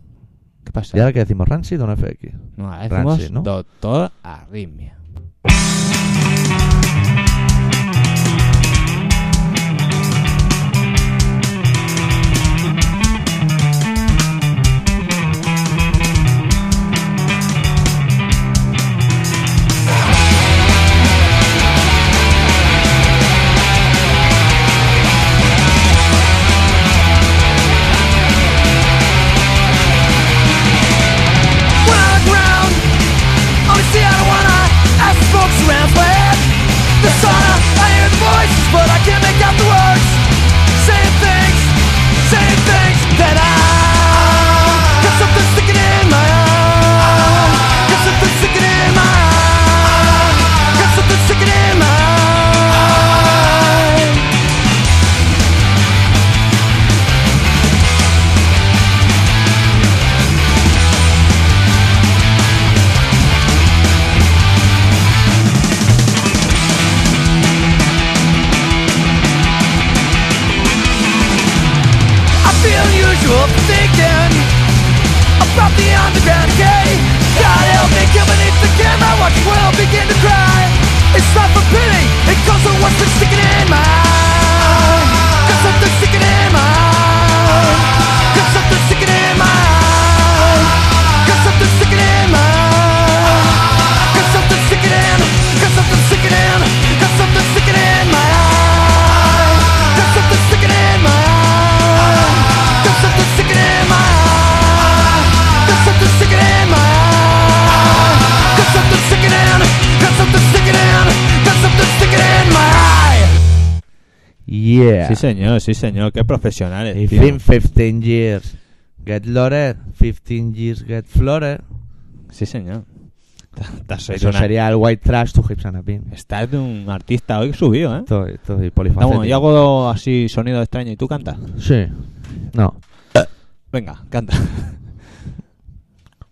A: ¿Qué
B: ¿Y
A: pasa?
B: ahora qué decimos? ¿Rancid o NoFX?
A: No, ahora decimos
B: Rancid, ¿no?
A: doctor arritmia.
D: When on the ground, obviously I don't wanna ask the folks around for help. The sauna, I hear the voices, but I can't make out the words. Saying things, saying things that I got something sticking in my eye. Got something sticking in my eye. Got something sticking in my eye. I feel unusual for thinking about the underground gay. God help me, give me the camera, watch world begin to cry. It's not for pity, it comes from what's been sticking in my eye. Got something sticking in my eye. Got something sticking in my eye. Got something sticking in my eye. Got something sticking in. Got something sticking in. Got something sticking in my eye. Got something sticking in my eye. Got something sticking in my eye. Got something sticking in my eye. Got something sticking in. Got something sticking in. Got something sticking in my eye.
B: Yeah.
A: Sí, señor, sí, señor. Qué profesionales,
B: It's
A: tío.
B: been 15 years. Get loaded. 15 years get flooded.
A: Sí, señor. Estás,
B: Eso sería el White Trash to Hips and a Pin.
A: Estás de un artista hoy subido, ¿eh?
B: Estoy, estoy
A: Vamos,
B: polifacético.
A: yo hago así sonido extraño y tú cantas.
B: Sí. No.
A: Venga, canta.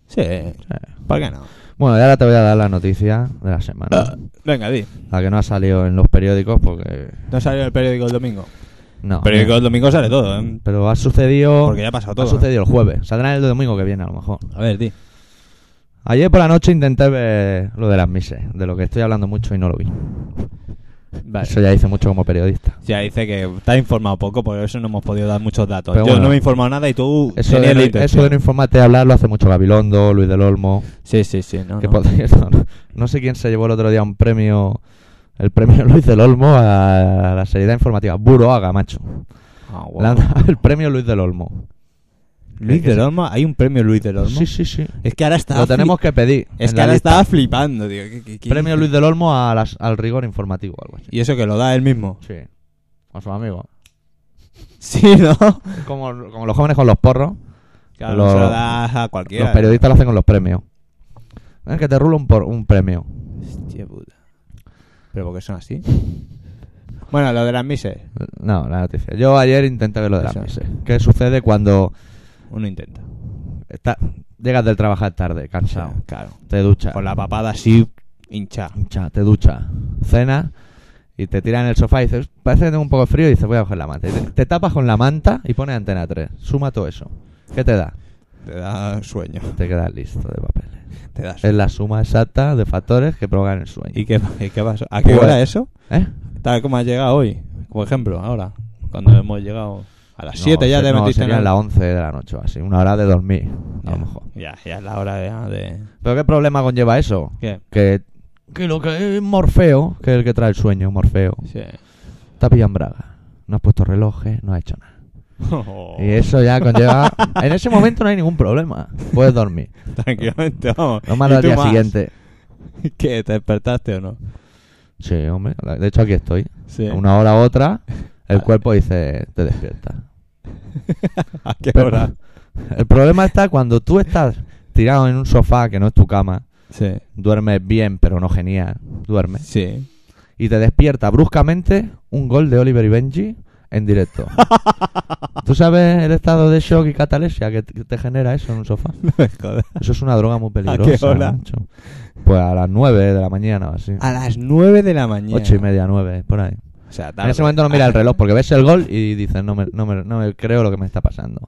A: sí,
B: Sí.
A: ¿por qué no?
B: Bueno, y ahora te voy a dar la noticia de la
A: Ah.
B: semana.
A: Venga, di.
B: La que no ha salido en los periódicos porque...
A: No salió el periódico el domingo.
B: No.
A: El periódico el domingo sale todo, ¿eh?
B: Pero ha sucedido...
A: Porque ya ha pasado todo.
B: Ha sucedido el jueves. Saldrá el domingo que viene a lo mejor.
A: ¿eh? A ver, di.
B: Ayer por la noche intenté ver lo de las mises, de lo que estoy hablando mucho y no lo vi.
A: Vale.
B: Eso ya hice mucho como periodista.
A: Ya dice que está informado poco, por eso no hemos podido dar muchos datos.
B: Pero
A: Yo
B: bueno.
A: no me he informado nada y tú
B: Eso
A: tenías
B: de,
A: la
B: no,
A: intención.
B: eso de no informarte y hablar lo hace mucho Gabilondo, Luis del Olmo.
A: Sí, sí, sí. No,
B: que
A: no.
B: por cierto, no, no sé quién se llevó el otro día un premio, el premio Luis del Olmo a, la seriedad informativa. Buroaga, macho.
A: Ah, guau.
B: Le han dado el premio Luis del Olmo.
A: Luis del Olmo, hay un premio Luis del Olmo.
B: Sí, sí, sí.
A: Es que ahora está.
B: Lo tenemos que pedir.
A: Es
B: en
A: que
B: la
A: ahora
B: lista.
A: estaba flipando, tío. ¿Qué- qué- qué
B: Premio
A: dice?
B: Luis del Olmo a las- al rigor informativo o algo así.
A: Y eso que lo da él mismo.
B: Sí. A su amigo.
A: Sí, ¿no?
B: Como, como los jóvenes con los porros,
A: Claro,
B: Lo-
A: se lo da a cualquiera.
B: los periodistas lo hacen con los premios. Es que te rulo un, por, un premio.
A: Hostia puta. ¿Pero por qué son así? Bueno, lo de las mises.
B: No, la noticia. Yo ayer intenté ver lo de las
A: Eso.
B: mises. ¿Qué sucede cuando
A: Uno intenta.
B: está- llegas del trabajar tarde, cansado?
A: Sí, Claro.
B: Te duchas.
A: Con la papada así hinchada.
B: Hincha, te duchas, cenas y te tiras en el sofá y dices, parece que tengo un poco de frío y dices, voy a coger la manta. Y te, te tapas con la manta y pones antena 3. Suma todo eso. ¿Qué te da?
A: Te da sueño.
B: Te quedas listo de papeles.
A: Te da
B: Es
A: sueño.
B: la suma exacta de factores que provocan el sueño.
A: ¿Y qué, y qué pasó? ¿A qué
B: Pues-
A: hora eso?
B: ¿Eh?
A: Tal como has llegado hoy. Por ejemplo, ahora. Cuando hemos llegado a las 7 ya
B: se-
A: te metiste en
B: serían
A: el-
B: las 11 de la noche, o así, una hora de dormir, a lo mejor.
A: Ya, ya es la hora de... de-
B: Pero ¿qué problema conlleva eso?
A: ¿Qué?
B: Que, que lo que es Morfeo, que es el que trae el sueño, Morfeo,
A: Sí.
B: está pillado en Braga. No has puesto relojes, no has hecho nada.
A: Oh.
B: Y eso ya conlleva. en ese momento no hay ningún problema. Puedes dormir.
A: Tranquilamente, vamos.
B: Lo malo
A: ¿Y
B: al
A: tú
B: día
A: más?
B: siguiente.
A: ¿Qué? ¿Te despertaste o no?
B: Sí, hombre. De hecho, aquí estoy.
A: Sí.
B: Una hora u otra, el
A: Vale.
B: cuerpo dice: Te despierta.
A: ¿A qué
B: Pero-
A: hora?
B: El problema está cuando tú estás tirado en un sofá que no es tu cama,
A: Sí.
B: duermes bien, pero no genial, duermes,
A: Sí.
B: y te despierta bruscamente un gol de Oliver y Benji en directo. ¿Tú sabes el estado de shock y catalepsia que t- que te genera eso en un sofá?
A: No me jodas.
B: Eso es una droga muy peligrosa.
A: hora? Ah,
B: macho. Pues a las 9 de la mañana o así.
A: A las 9 de la mañana.
B: Ocho y media, nueve, por ahí.
A: O sea,
B: En ese momento no mira el reloj porque ves el gol y dices, no me, no me- no me creo lo que me está pasando.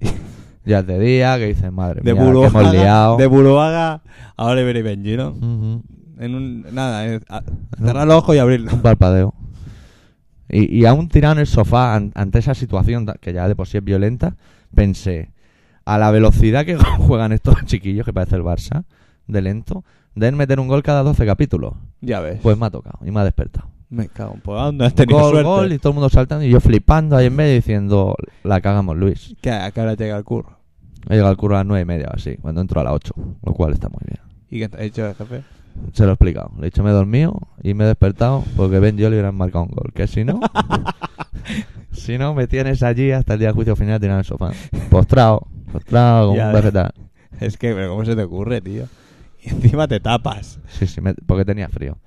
B: Ya es de día, que dices, madre
A: De
B: mía, que hemos
A: Buruaga,
B: liado.
A: de Buruaga a Oliver y Benji, ¿no?
B: Ujú.
A: En un... Nada, en- a- cerrar los ojos y abrirlo.
B: Un parpadeo. Y, y aún tirado en el sofá an- ante esa situación ta- que ya de por sí es violenta, pensé, a la velocidad que juegan estos chiquillos, que parece el Barça, de lento, deben meter un gol cada 12 capítulos.
A: Ya ves.
B: Pues me ha tocado y me ha despertado.
A: me cago en... Pues ah, no has tenido
B: gol,
A: suerte.
B: gol, y todo el mundo saltando y yo flipando ahí en medio diciendo, la cagamos, Luis.
A: Que a qué hora llega el curro.
B: He llegado al curro a las 9 y media o así, cuando entro a las 8, lo cual está muy bien.
A: ¿Y qué te ha dicho el jefe?
B: Se lo he explicado. Le he dicho, me he dormido y me he despertado porque Ben y Oliver han marcado un gol. Que si no, si no, me tienes allí hasta el día de juicio final tirado en el sofá. Postrado, postrado, como
A: Ya
B: un
A: ves.
B: vegetal.
A: Es que, pero ¿cómo se te ocurre, tío? Y encima te tapas.
B: Sí, sí, me- porque tenía frío.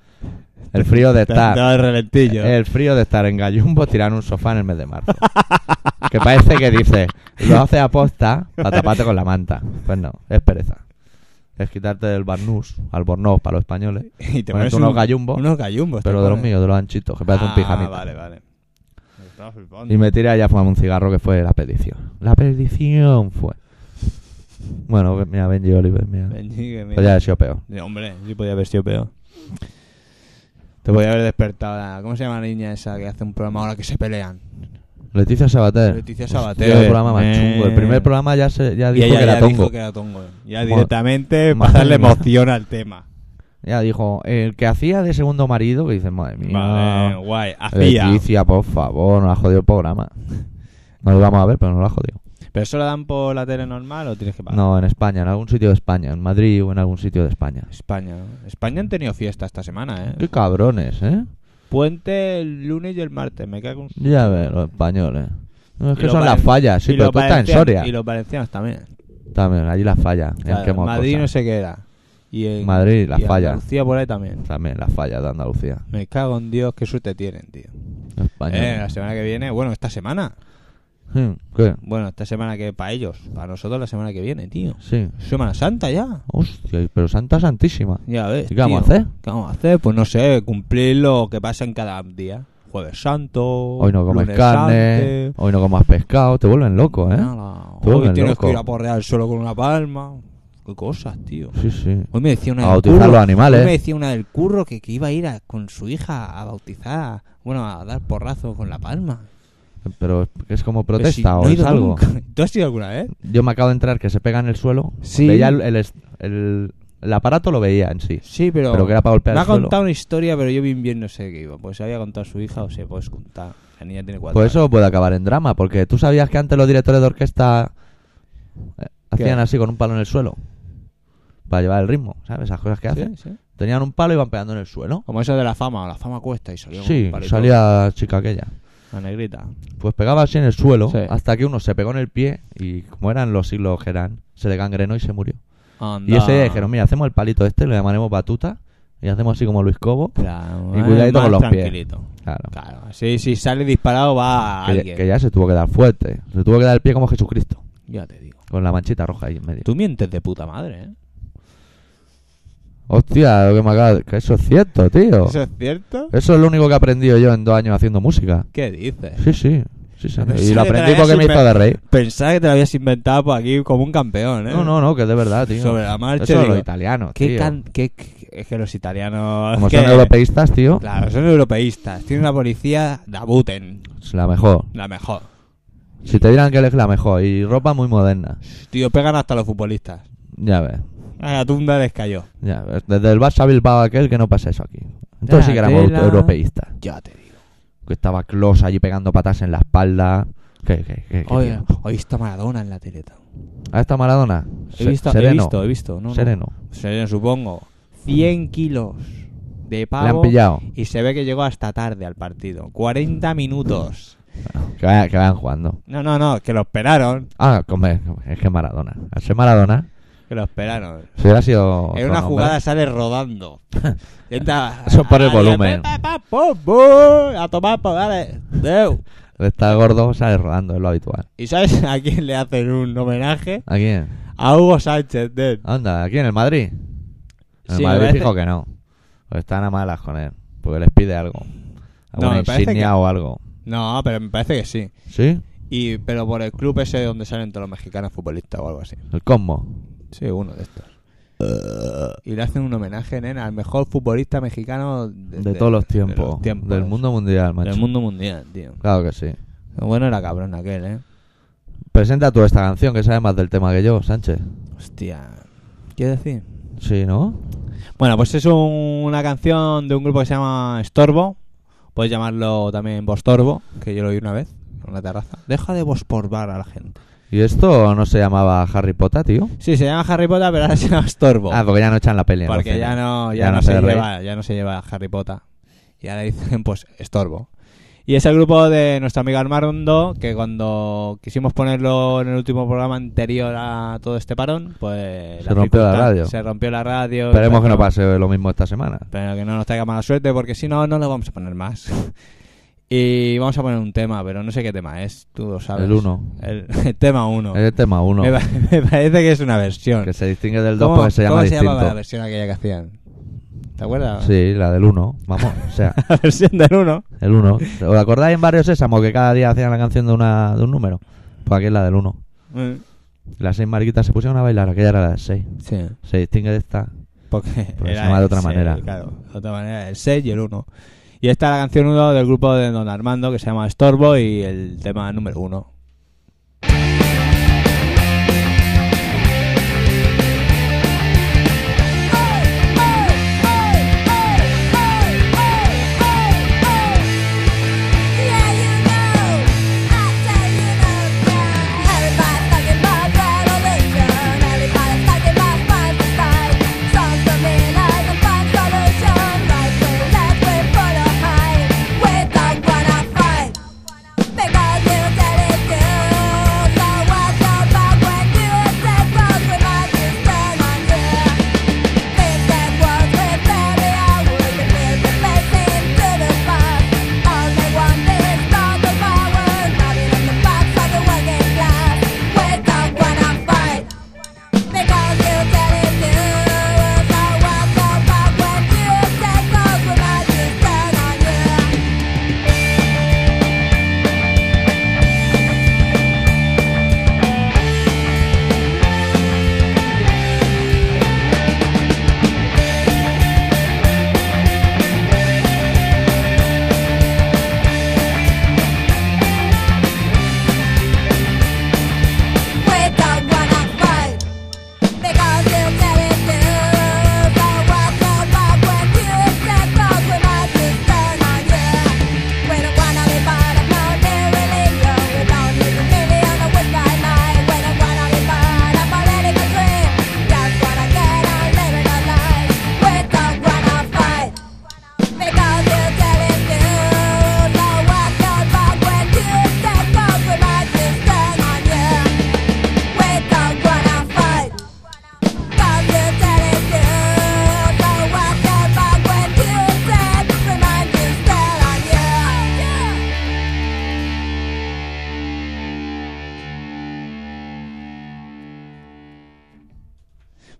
B: El frío de
A: Te has
B: estar. Eh,
A: dado el relentillo.
B: El frío de estar en Gallumbo tirado en un sofá en el mes de marzo. que parece que dice, lo haces aposta para taparte con la manta. Pues no, es pereza. Es quitarte del barnús, albornoz para los españoles,
A: Y te
B: Ponerte
A: pones
B: unos
A: un-
B: gallumbos,
A: Unos gallumbos. te
B: pero de los
A: pones.
B: míos, de los anchitos, que parece
A: Ah,
B: un pijamita.
A: Vale, vale. Me estaba flipando.
B: Y me tiré allá a fumar un cigarro que fue la petición. La petición fue. Bueno, ve- mira, Benji Oliver, mira.
A: Ven, sigue, mira.
B: Pero Pues ya ha sido peor.
A: Sí, Hombre, yo podía haber sido peor. Te podía haber despertado. La... ¿Cómo se llama la niña esa que hace un programa ahora que se pelean?
B: Leticia Sabater.
A: Leticia
B: Hostia,
A: Sabater.
B: el programa más
A: Eh.
B: chungo. El primer programa ya, se, ya dijo
A: y ella
B: que era
A: ya
B: tongo.
A: dijo que era tongo. Ya
B: Madre-
A: directamente
B: madre
A: pasarle
B: mía.
A: emoción al tema.
B: Ya dijo, el que hacía de segundo marido, que dices, madre mía.
A: Vale, guay. Hacía.
B: Leticia, por favor, nos ha jodido el programa. No lo vamos a ver, pero nos lo ha jodido.
A: ¿Pero eso lo dan por la tele normal o tienes que pagar?
B: No, en España, en algún sitio de España. En Madrid o en algún sitio de España.
A: España. ¿no? España han tenido fiesta esta semana,
B: Qué
A: ¿eh?
B: cabrones, ¿eh?
A: Puente el lunes y el martes. Me cago en...
B: Ya ves, los españoles. No, es
A: Y
B: que
A: los
B: son las
A: valen-
B: fallas, sí,
A: y
B: pero
A: los
B: tú estás en
A: valencianos-
B: Soria.
A: Y los valencianos también.
B: También, allí las fallas. en
A: Claro,
B: qué mocosa.
A: Madrid no sé qué era. Y en
B: Madrid, las
A: y en
B: fallas.
A: Andalucía por ahí también.
B: También las fallas de Andalucía.
A: Me cago en Dios, qué suerte tienen, tío.
B: Los españoles.
A: Eh, la semana que viene, bueno, esta semana.
B: Sí, ¿Qué?
A: Bueno, esta semana que para ellos, para nosotros la semana que viene, tío.
B: Sí.
A: Semana Santa ya.
B: Hostia, pero Santa Santísima.
A: Ya ves.
B: ¿Y qué vamos
A: tío.
B: a hacer?
A: ¿Qué vamos a hacer? Pues no sé, cumplir lo que pasa en cada día. Jueves Santo.
B: Hoy no comes
A: lunes
B: carne,
A: antes.
B: hoy no comas pescado, te vuelven loco, ¿eh?
A: Nada.
B: Tú
A: Hoy
B: eres
A: tienes
B: loco.
A: que ir a porrear el suelo con una palma. Qué cosas, tío.
B: Sí, sí.
A: Hoy me decía una
B: A
A: del
B: bautizar
A: curro-
B: los animales.
A: hoy Pues me decía una del curro que, que iba a ir a- con su hija a bautizar, bueno, a dar porrazo con la palma.
B: Pero es como
A: Pero
B: protesta
A: si no
B: o
A: he
B: es
A: ido
B: algo.
A: nunca. ¿Tú has ido alguna vez?
B: Yo me acabo de entrar que se pega en el suelo.
A: Sí.
B: Veía el, el est- el- el aparato lo veía en sí.
A: Sí, pero,
B: Pero que era para golpear
A: me ha
B: el suelo.
A: contado una historia, pero yo bien bien no sé qué iba. Pues había contado su hija o se puede contar. La niña tiene cuatro.
B: Pues eso puede acabar en drama, porque tú sabías que antes los directores de orquesta eh, hacían
A: ¿Qué?
B: así con un palo en el suelo para llevar el ritmo, ¿sabes? Esas cosas que
A: años.
B: hacen.
A: Sí, sí.
B: Tenían un palo y iban pegando en el suelo.
A: Como eso de la fama, la fama cuesta y salió con
B: Sí,
A: un palito.
B: salía la chica aquella.
A: La negrita.
B: Pues pegaba así en el suelo
A: Sí.
B: hasta que uno se pegó en el pie y como eran los siglos que eran, se le gangrenó y se murió.
A: Anda.
B: Y ese día dijeron, mira, hacemos el palito este, le llamaremos batuta y hacemos así como Luis Cobo.
A: Claro,
B: y
A: eh,
B: cuidadito
A: más
B: con los pies.
A: tranquilito.
B: Claro.
A: Claro, sí, si sale disparado va a
B: Que, ya-
A: alguien.
B: que ya se tuvo que dar fuerte. Se tuvo que dar el pie como Jesucristo,
A: Ya te digo.
B: con la manchita roja ahí en medio.
A: Tú mientes de puta madre, ¿eh?
B: Hostia, lo que me acaba de- Que eso es cierto, tío.
A: ¿Eso es cierto?
B: Eso es lo único que he aprendido yo en dos años haciendo música.
A: ¿Qué dices?
B: Sí, sí. sí señor.
A: Pensaba
B: Y lo
A: que te la
B: aprendí porque me
A: habías
B: hizo de rey.
A: Pensaba que te lo habías inventado por aquí como un campeón, ¿eh?
B: No, no, no, que es de verdad, tío.
A: Sobre la marcha.
B: Eso es
A: digo,
B: los italianos,
A: ¿qué
B: tío.
A: can- qué- qué- es que los italianos.
B: Como
A: es que-
B: son europeístas, tío,
A: Claro, son europeístas. Tienen una policía, la buten.
B: es la mejor.
A: La mejor.
B: Si te dirán que eres la mejor y ropa muy moderna,
A: Tío, pegan hasta los futbolistas.
B: ya ves.
A: A la tunda les cayó.
B: Ya ves. Desde el Barça Bilbao aquel que no pasa eso aquí. Entonces sí que éramos
A: Tela.
B: europeístas.
A: Ya te digo.
B: Que estaba Klos allí pegando patas en la espalda. ¿Qué, qué, qué, qué,
A: Oye,
B: tío?
A: hoy está Maradona en la teleta.
B: ¿Ha estado Maradona?
A: He
B: Se-
A: visto, he
B: sereno.
A: visto, he visto. No, no.
B: sereno.
A: Sereno, supongo. 100 kilos de
B: Le han
A: pavo.
B: pillado.
A: Y se ve que llegó hasta tarde al partido. 40 minutos.
B: Que vayan, que vayan jugando.
A: No, no, no, que lo esperaron.
B: Ah, come, come, es que Maradona. Al ser Maradona,
A: Que lo esperaron.
B: si hubiera sido.
A: en
B: otro
A: una
B: nombre-
A: jugada sale rodando. Entra-
B: Eso por el
A: a- a-
B: volumen.
A: pa, pa, pum, pum, A tomar por dale. deu.
B: De estar gordo sale rodando, es lo habitual.
A: ¿Y sabes a quién le hacen un homenaje?
B: ¿A quién?
A: A Hugo Sánchez, nen.
B: Anda, aquí en el Madrid. En
A: Sí,
B: el
A: me
B: Madrid
A: parece-
B: dijo que no. Pues están a malas con él. Porque les pide algo.
A: No,
B: Alguna
A: me parece
B: insignia
A: que-
B: o algo.
A: No, pero me parece que sí.
B: ¿Sí?
A: Y, pero por el club ese donde salen todos los mexicanos futbolistas o algo así.
B: El Cosmo.
A: Sí, uno de estos. Y le hacen un homenaje, nen, al mejor futbolista mexicano de,
B: De,
A: de-
B: todos los
A: de
B: tiempos.
A: tiempos.
B: Del mundo mundial, macho.
A: Del mundo mundial, tío.
B: Claro que sí.
A: Bueno, era cabrón aquel, ¿eh?
B: Presenta tú esta canción que sabes más del tema que yo, Sánchez.
A: Hostia. ¿Qué decir?
B: Sí, ¿no?
A: Bueno, pues es un- una canción de un grupo que se llama Estorbo. Puedes llamarlo también Bostorbo, que yo lo oí una vez en una terraza. Deja de bosporbar a la gente.
B: ¿Y esto no se llamaba Harry Potter, tío?
A: Sí, se llama Harry Potter, pero ahora se llama Estorbo.
B: Ah, porque ya no echan la peli.
A: porque
B: entonces,
A: ya no, ya
B: Ya
A: no,
B: no
A: se
B: se ríe.
A: lleva, ya no se lleva Harry Potter. Y ahora dicen, pues, Estorbo. Y es el grupo de nuestro amigo Armando, que cuando quisimos ponerlo en el último programa anterior a todo este parón, pues...
B: Se rompió la
A: circunstancia-
B: radio.
A: Se rompió la radio.
B: Esperemos que no
A: empezó-
B: pase lo mismo esta semana.
A: Pero que no nos traiga mala suerte, porque si no, no lo vamos a poner más. Y vamos a poner un tema, pero no sé qué tema es, tú lo sabes.
B: El 1.
A: El, el tema 1.
B: Es el tema 1.
A: Me, pa- me parece que es una versión.
B: Que se distingue del 2
A: ¿Cómo,
B: porque se llama
A: cómo se
B: distinto.
A: llamaba la versión aquella que hacían? ¿Te acuerdas?
B: sí, la del 1. Vamos, o sea,
A: La versión del 1.
B: el 1. ¿Os acordáis en Barrio Sésamo que cada día hacían la canción de, una, de un número? Pues aquí es la del 1. Las seis marquitas se pusieron a bailar, aquella era la de 6.
A: Sí.
B: Se distingue de esta.
A: Porque
B: Porque se llama de otra
A: el seis,
B: manera.
A: Claro, de otra manera, el 6 y el 1. Y esta es la canción 1 del grupo de Don Armando que se llama Estorbo y el tema número 1.
E: Because we'll tell it to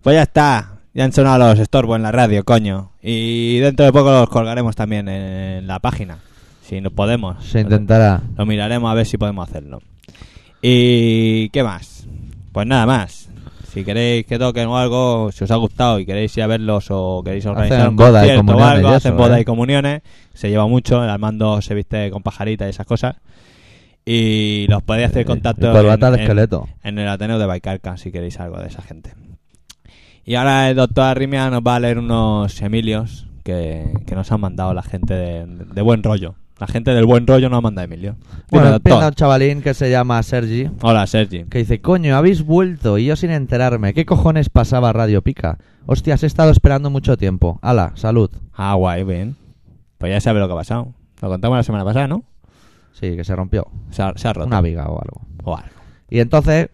A: Pues ya está. Ya han sonado los estorbos en la radio, coño. Y dentro de poco los colgaremos también en la página. Si no podemos.
B: Se intentará.
A: Lo miraremos a ver si podemos hacerlo. ¿Y qué más? Pues nada más. Si queréis que toquen o algo, si os ha gustado y queréis ir a verlos o queréis organizar
B: Hacen
A: un
B: bodas y
A: concierto o
B: comuniones
A: algo,
B: y
A: hacen
B: eso,
A: bodas
B: ¿eh?
A: y comuniones, se lleva mucho, el Armando se viste con pajarita y esas cosas. Y los podéis hacer
B: Y-
A: contacto
B: Eh, y corbata
A: en-
B: de
A: en-
B: esqueleto.
A: en el Ateneo de Baicarca si queréis algo de esa gente. Y ahora el doctor Arrimia nos va a leer unos Emilios que, que nos han mandado la gente de, de buen rollo. La gente del buen rollo nos ha mandado Emilio. Dime,
B: Bueno,
A: doctor.
B: empieza un chavalín que se llama Sergi,
A: Hola, Sergi.
B: que dice, coño, habéis vuelto y yo sin enterarme, ¿qué cojones pasaba Radio Pica? Hostias, he estado esperando mucho tiempo. Ala, salud.
A: Ah, guay, bien. Pues ya sabe lo que ha pasado. Lo contamos la semana pasada, ¿no?
B: Sí, que se rompió.
A: Se ha, se ha roto.
B: Una viga o algo.
A: O algo.
B: Y entonces,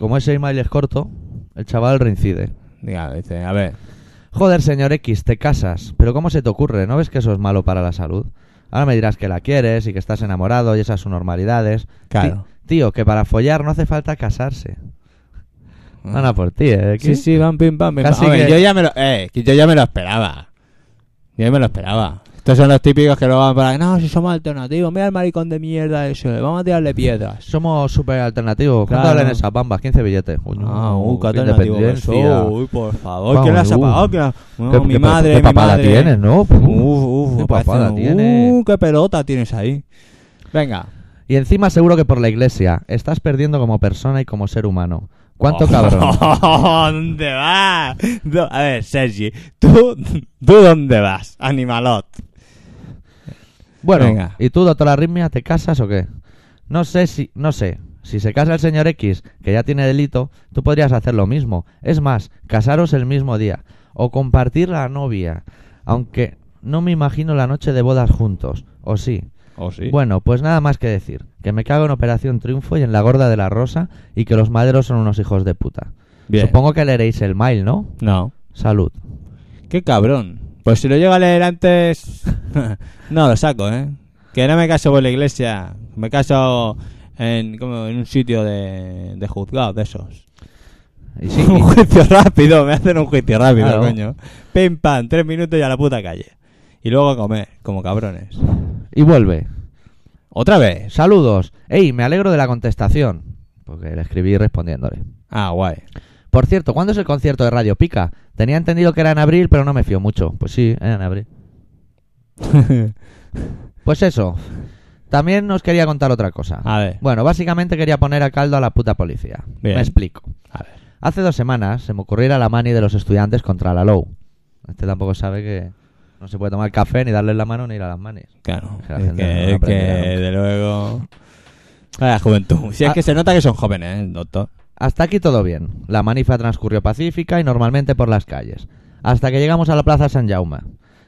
B: como ese email es corto, el chaval reincide.
A: Diga, dice, a ver.
B: Joder, señor X, te casas. Pero ¿cómo se te ocurre? ¿No ves que eso es malo para la salud? Ahora me dirás que la quieres y que estás enamorado y esas normalidades.
A: Claro.
B: Ti- Tío, que para follar no hace falta casarse. Van a por ti, ¿eh?
A: Ah. Sí,
B: X?
A: sí, van, pim, pam, pim,
B: Casi
A: pam. A ver,
B: que-
A: yo, ya me lo, eh, que yo ya me lo esperaba. Yo ya me lo esperaba. Estos son los típicos que luego van para... No, si somos alternativos. Mira el maricón de mierda ese. Vamos a tirarle piedras.
B: Somos súper alternativos. ¿Cuánto
A: Claro.
B: valen esas bambas? 15 billetes. Uy,
A: Ah, uy, qué
B: qué
A: alternativo que
B: independencia.
A: soy. pues, Uy, por favor.
B: Vamos,
A: ¿Quién la has
B: uh.
A: apagado? ¿Quién Oh, la- No,
B: ¿Qué-
A: mi
B: qué-
A: madre,
B: qué
A: mi
B: papada
A: madre.
B: tienes, no?
A: Uf, uf,
B: Qué
A: me parece
B: papada
A: un-
B: tienes.
A: Uh, qué pelota tienes ahí. Venga.
B: Y encima seguro que por la iglesia. Estás perdiendo como persona y como ser humano. ¿Cuánto
A: Oh,
B: cabrón?
A: ¿Dónde vas? No, a ver, Sergi, ¿tú, ¿tú dónde vas, animalot?
B: Bueno,
A: Venga.
B: ¿y tú, doctora Arritmia, te casas o qué? No sé si, no sé. Si se casa el señor X, que ya tiene delito, tú podrías hacer lo mismo. Es más, casaros el mismo día. O compartir la novia. Aunque no me imagino la noche de bodas juntos. ¿O sí?
A: ¿O sí?
B: Bueno, pues nada más que decir. Que me cago en Operación Triunfo y en la gorda de la rosa y que los maderos son unos hijos de puta.
A: Bien.
B: Supongo que leeréis el mail, ¿no?
A: No.
B: Salud.
A: Qué cabrón. Pues si lo llego a leer antes... no, lo saco, ¿eh? Que no me caso por la iglesia. Me caso en, como en un sitio de, de juzgado de esos.
B: Y sí,
A: un juicio rápido, me hacen un juicio rápido,
B: Claro.
A: coño. Pim, pam, tres minutos y a la puta calle. Y luego a comer, como cabrones.
B: y vuelve.
A: ¿Otra vez?
B: Saludos. Ey, me alegro de la contestación. Porque le escribí respondiéndole.
A: Ah, guay.
B: Por cierto, ¿cuándo es el concierto de Radio Pica? Tenía entendido que era en abril, pero no me fío mucho. Pues sí, era en abril. Pues eso. También nos quería contar otra cosa.
A: A ver.
B: Bueno, básicamente quería poner a caldo a la puta policía.
A: Bien.
B: Me explico.
A: A ver.
B: Hace dos semanas se me ocurrió ir a la mani de los estudiantes contra la LOW. Este tampoco sabe que no se puede tomar café, ni darle la mano, ni ir a las manis.
A: Claro.
B: Que la
A: es
B: gente
A: que,
B: no
A: es que,
B: aprenderá nunca.
A: de luego. Vaya juventud. Si es
B: Ah.
A: que se nota que son jóvenes, ¿eh, doctor.
B: Hasta aquí todo bien. La manifa transcurrió pacífica y normalmente por las calles. Hasta que llegamos a la Plaza San Jaume.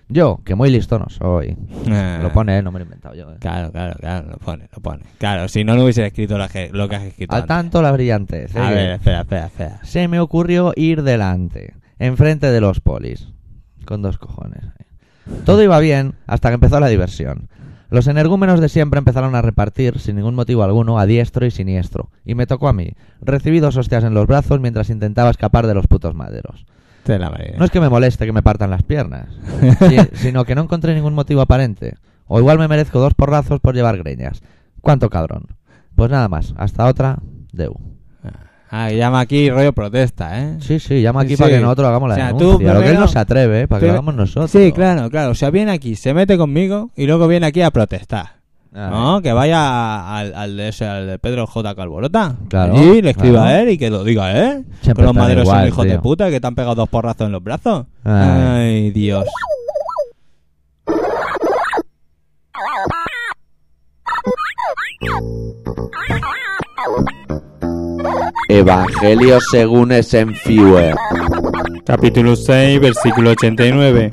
B: Yo, que muy listo no soy.
A: Ah.
B: Me Lo pone, ¿eh? no me lo he inventado yo. ¿eh?
A: Claro, claro, claro. Lo pone, lo pone. Claro, si no, no hubiese escrito lo que, lo que has escrito.
B: Al
A: antes.
B: tanto la brillantez.
A: A
B: ¿eh?
A: ver, espera, espera, espera.
B: Se me ocurrió ir delante, enfrente de los polis. Con dos cojones. Todo iba bien hasta que empezó la diversión. Los energúmenos de siempre empezaron a repartir, sin ningún motivo alguno, a diestro y siniestro. Y me tocó a mí. Recibí dos hostias en los brazos mientras intentaba escapar de los putos maderos.
A: Te Este la marina.
B: No es que me moleste que me partan las piernas, si- sino que no encontré ningún motivo aparente. O igual me merezco dos porrazos por llevar greñas. ¿Cuánto cabrón? Pues nada más, hasta otra, Deu.
A: Ah, que llama aquí rollo protesta, ¿eh.
B: Sí, sí, llama aquí
A: Sí,
B: para
A: sí.
B: que nosotros hagamos la
A: O sea, tú
B: denuncia. Lo que él
A: primero-
B: no se atreve, ¿eh? para que lo
A: Pero-
B: hagamos nosotros.
A: Sí, claro, claro. O sea, viene aquí, se mete conmigo y luego viene aquí a protestar.
B: Ah,
A: No, que vaya al, al de ese, al de Pedro J. Calvorota.
B: Claro,
A: Y le escriba
B: claro.
A: a él y que lo diga él.
B: Siempre
A: que los
B: están
A: maderos son
B: igual,
A: hijos de
B: tío.
A: puta que te han pegado dos porrazos en los brazos.
B: Ay.
A: Ay, Dios.
E: Evangelio según Eisenhower.
A: Capítulo 6, versículo 89.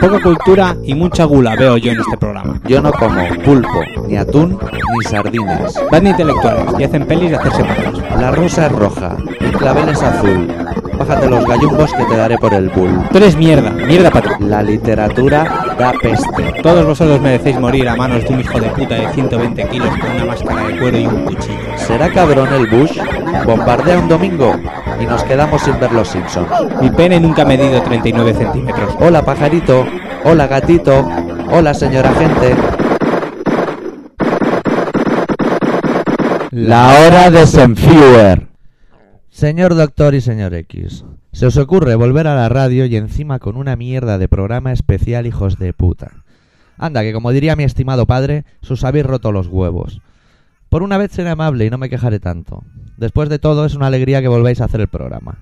A: Poca cultura y mucha gula veo yo en este programa.
E: Yo no como pulpo, ni atún, ni sardinas.
A: Van de intelectuales y hacen pelis de hacerse malos.
E: La rosa es roja, el clavel es azul. Bájate los gallumbos que te daré por el bull.
A: Tú eres mierda, mierda para ti.
E: La literatura da peste.
A: Todos vosotros merecéis morir a manos de un hijo de puta de 120 kilos con una máscara de cuero y un cuchillo.
E: ¿Será cabrón el Bush? Bombardea un domingo y nos quedamos sin ver los Simpsons.
A: Mi pene nunca ha medido 39 centímetros.
E: Hola pajarito, hola gatito, hola señora gente.
B: La hora de Senfuer. Señor Doctor y señor X, se os ocurre volver a la radio y encima con una mierda de programa especial hijos de puta. Anda, que como diría mi estimado padre, os habéis roto los huevos. Por una vez seré amable y no me quejaré tanto. Después de todo, es una alegría que volváis a hacer el programa.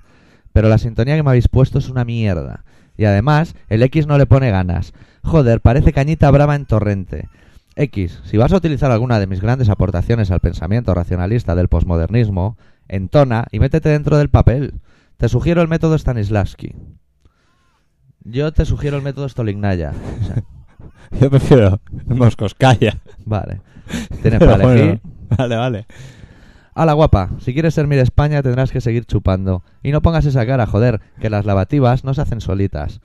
B: Pero la sintonía que me habéis puesto es una mierda. Y además, el X no le pone ganas. Joder, parece cañita brava en torrente. X, si vas a utilizar alguna de mis grandes aportaciones al pensamiento racionalista del posmodernismo, entona y métete dentro del papel. Te sugiero el método Stanislavski. Yo te sugiero el método Stolignaya. O sea,
A: Yo prefiero moscos, calla.
B: vale. Tienes para elegir.
A: vale, vale.
B: la guapa, si quieres ser mi de España tendrás que seguir chupando. Y no pongas esa cara, joder, que las lavativas no se hacen solitas.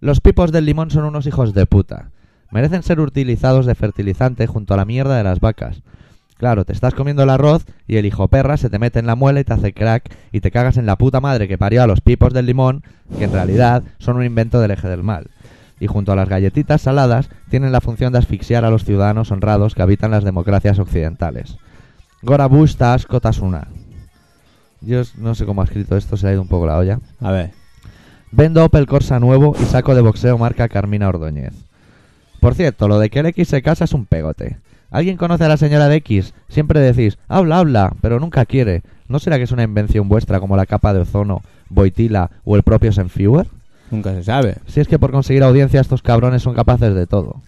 B: Los pipos del limón son unos hijos de puta. Merecen ser utilizados de fertilizante junto a la mierda de las vacas. Claro, te estás comiendo el arroz y el hijo perra se te mete en la muela y te hace crack y te cagas en la puta madre que parió a los pipos del limón, que en realidad son un invento del eje del mal. Y junto a las galletitas saladas tienen la función de asfixiar a los ciudadanos honrados que habitan las democracias occidentales. Gora Bush Tasco Tasuna. Yo s- no sé cómo ha escrito esto, se le ha ido un poco la olla.
A: A ver.
B: Vendo Opel Corsa nuevo y saco de boxeo marca Carmina Ordóñez. Por cierto, lo de que el X se casa es un pegote. ¿Alguien conoce a la señora de X? Siempre decís, habla, habla, pero nunca quiere. ¿No será que es una invención vuestra como la capa de ozono, Boitila o el propio Senfewer?
A: Nunca se sabe.
B: Si es que por conseguir audiencia estos cabrones son capaces de todo.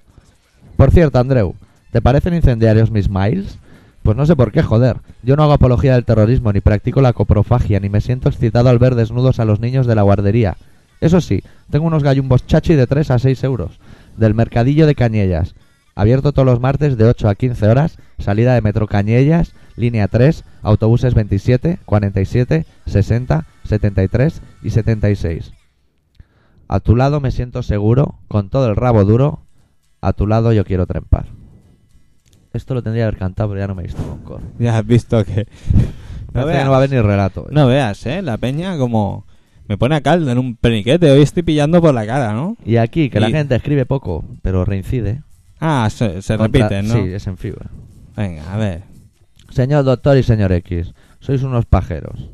B: Por cierto, Andreu, ¿te parecen incendiarios mis miles? Pues no sé por qué, joder. Yo no hago apología del terrorismo, ni practico la coprofagia, ni me siento excitado al ver desnudos a los niños de la guardería. Eso sí, tengo unos gallumbos chachi de 3 a 6 euros, del mercadillo de Cañellas. Abierto todos los martes de 8 a 15 horas, salida de Metro Cañellas, línea 3, autobuses 27, 47, 60, 73 y 76. A tu lado me siento seguro, con todo el rabo duro. A tu lado yo quiero trempar. Esto lo tendría que haber cantado, pero ya no me he visto con cor.
A: Ya has visto que.
B: Parece que no va a haber ni relato.
A: No veas, ¿eh? La peña como... Me pone a caldo en un peniquete. Hoy estoy pillando por la cara, ¿no?
B: Y aquí, que la
A: Y-
B: gente escribe poco, pero reincide.
A: Ah, se, se
B: Contra-
A: repite, ¿no?
B: Sí, es en fibra.
A: Venga, a ver.
B: Señor doctor y señor X, sois unos pajeros.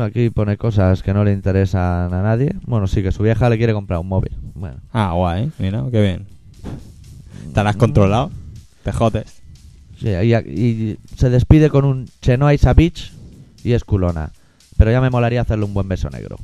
B: Aquí pone cosas que no le interesan a nadie. Bueno, sí, que su vieja le quiere comprar un móvil. Bueno,
A: Ah, guay. Mira, qué bien. Te
B: Mm.
A: la has controlado. Te jotes.
B: Sí, y, y se despide con un Chenoa Beach y es culona. Pero ya me molaría hacerle un buen beso negro.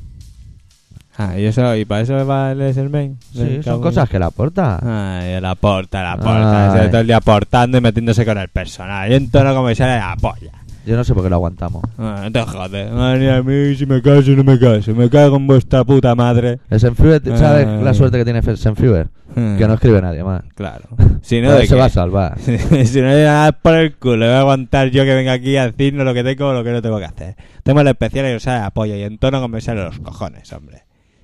A: Ah, y eso... ¿Y para eso va el el main?
B: Sí, son cosas que Ah, eh. la
A: Ah.
B: aporta.
A: Ay, la porta, la porta.
B: Ay.
A: Se todo el día portando y metiéndose con el personal. Y en tono como que sale la polla.
B: Yo no sé por qué lo aguantamos.
A: Ah, no te jodes. Madre mía, a mí si me caso no me caso. Me cago en vuestra puta madre.
B: El Senfiewer,
A: Eh.
B: ¿sabes
A: Ay.
B: la suerte que tiene Fe- Senfiewer?
A: Mm.
B: Que no escribe nadie más.
A: Claro. Si no,
B: Pero
A: ¿de
B: se
A: qué?
B: va a salvar.
A: si no le das por el culo, voy a aguantar yo que venga aquí a decirnos lo que tengo o lo que no tengo que hacer. Tengo el especial que os sale de apoyo y en tono como me sale los cojones, hombre.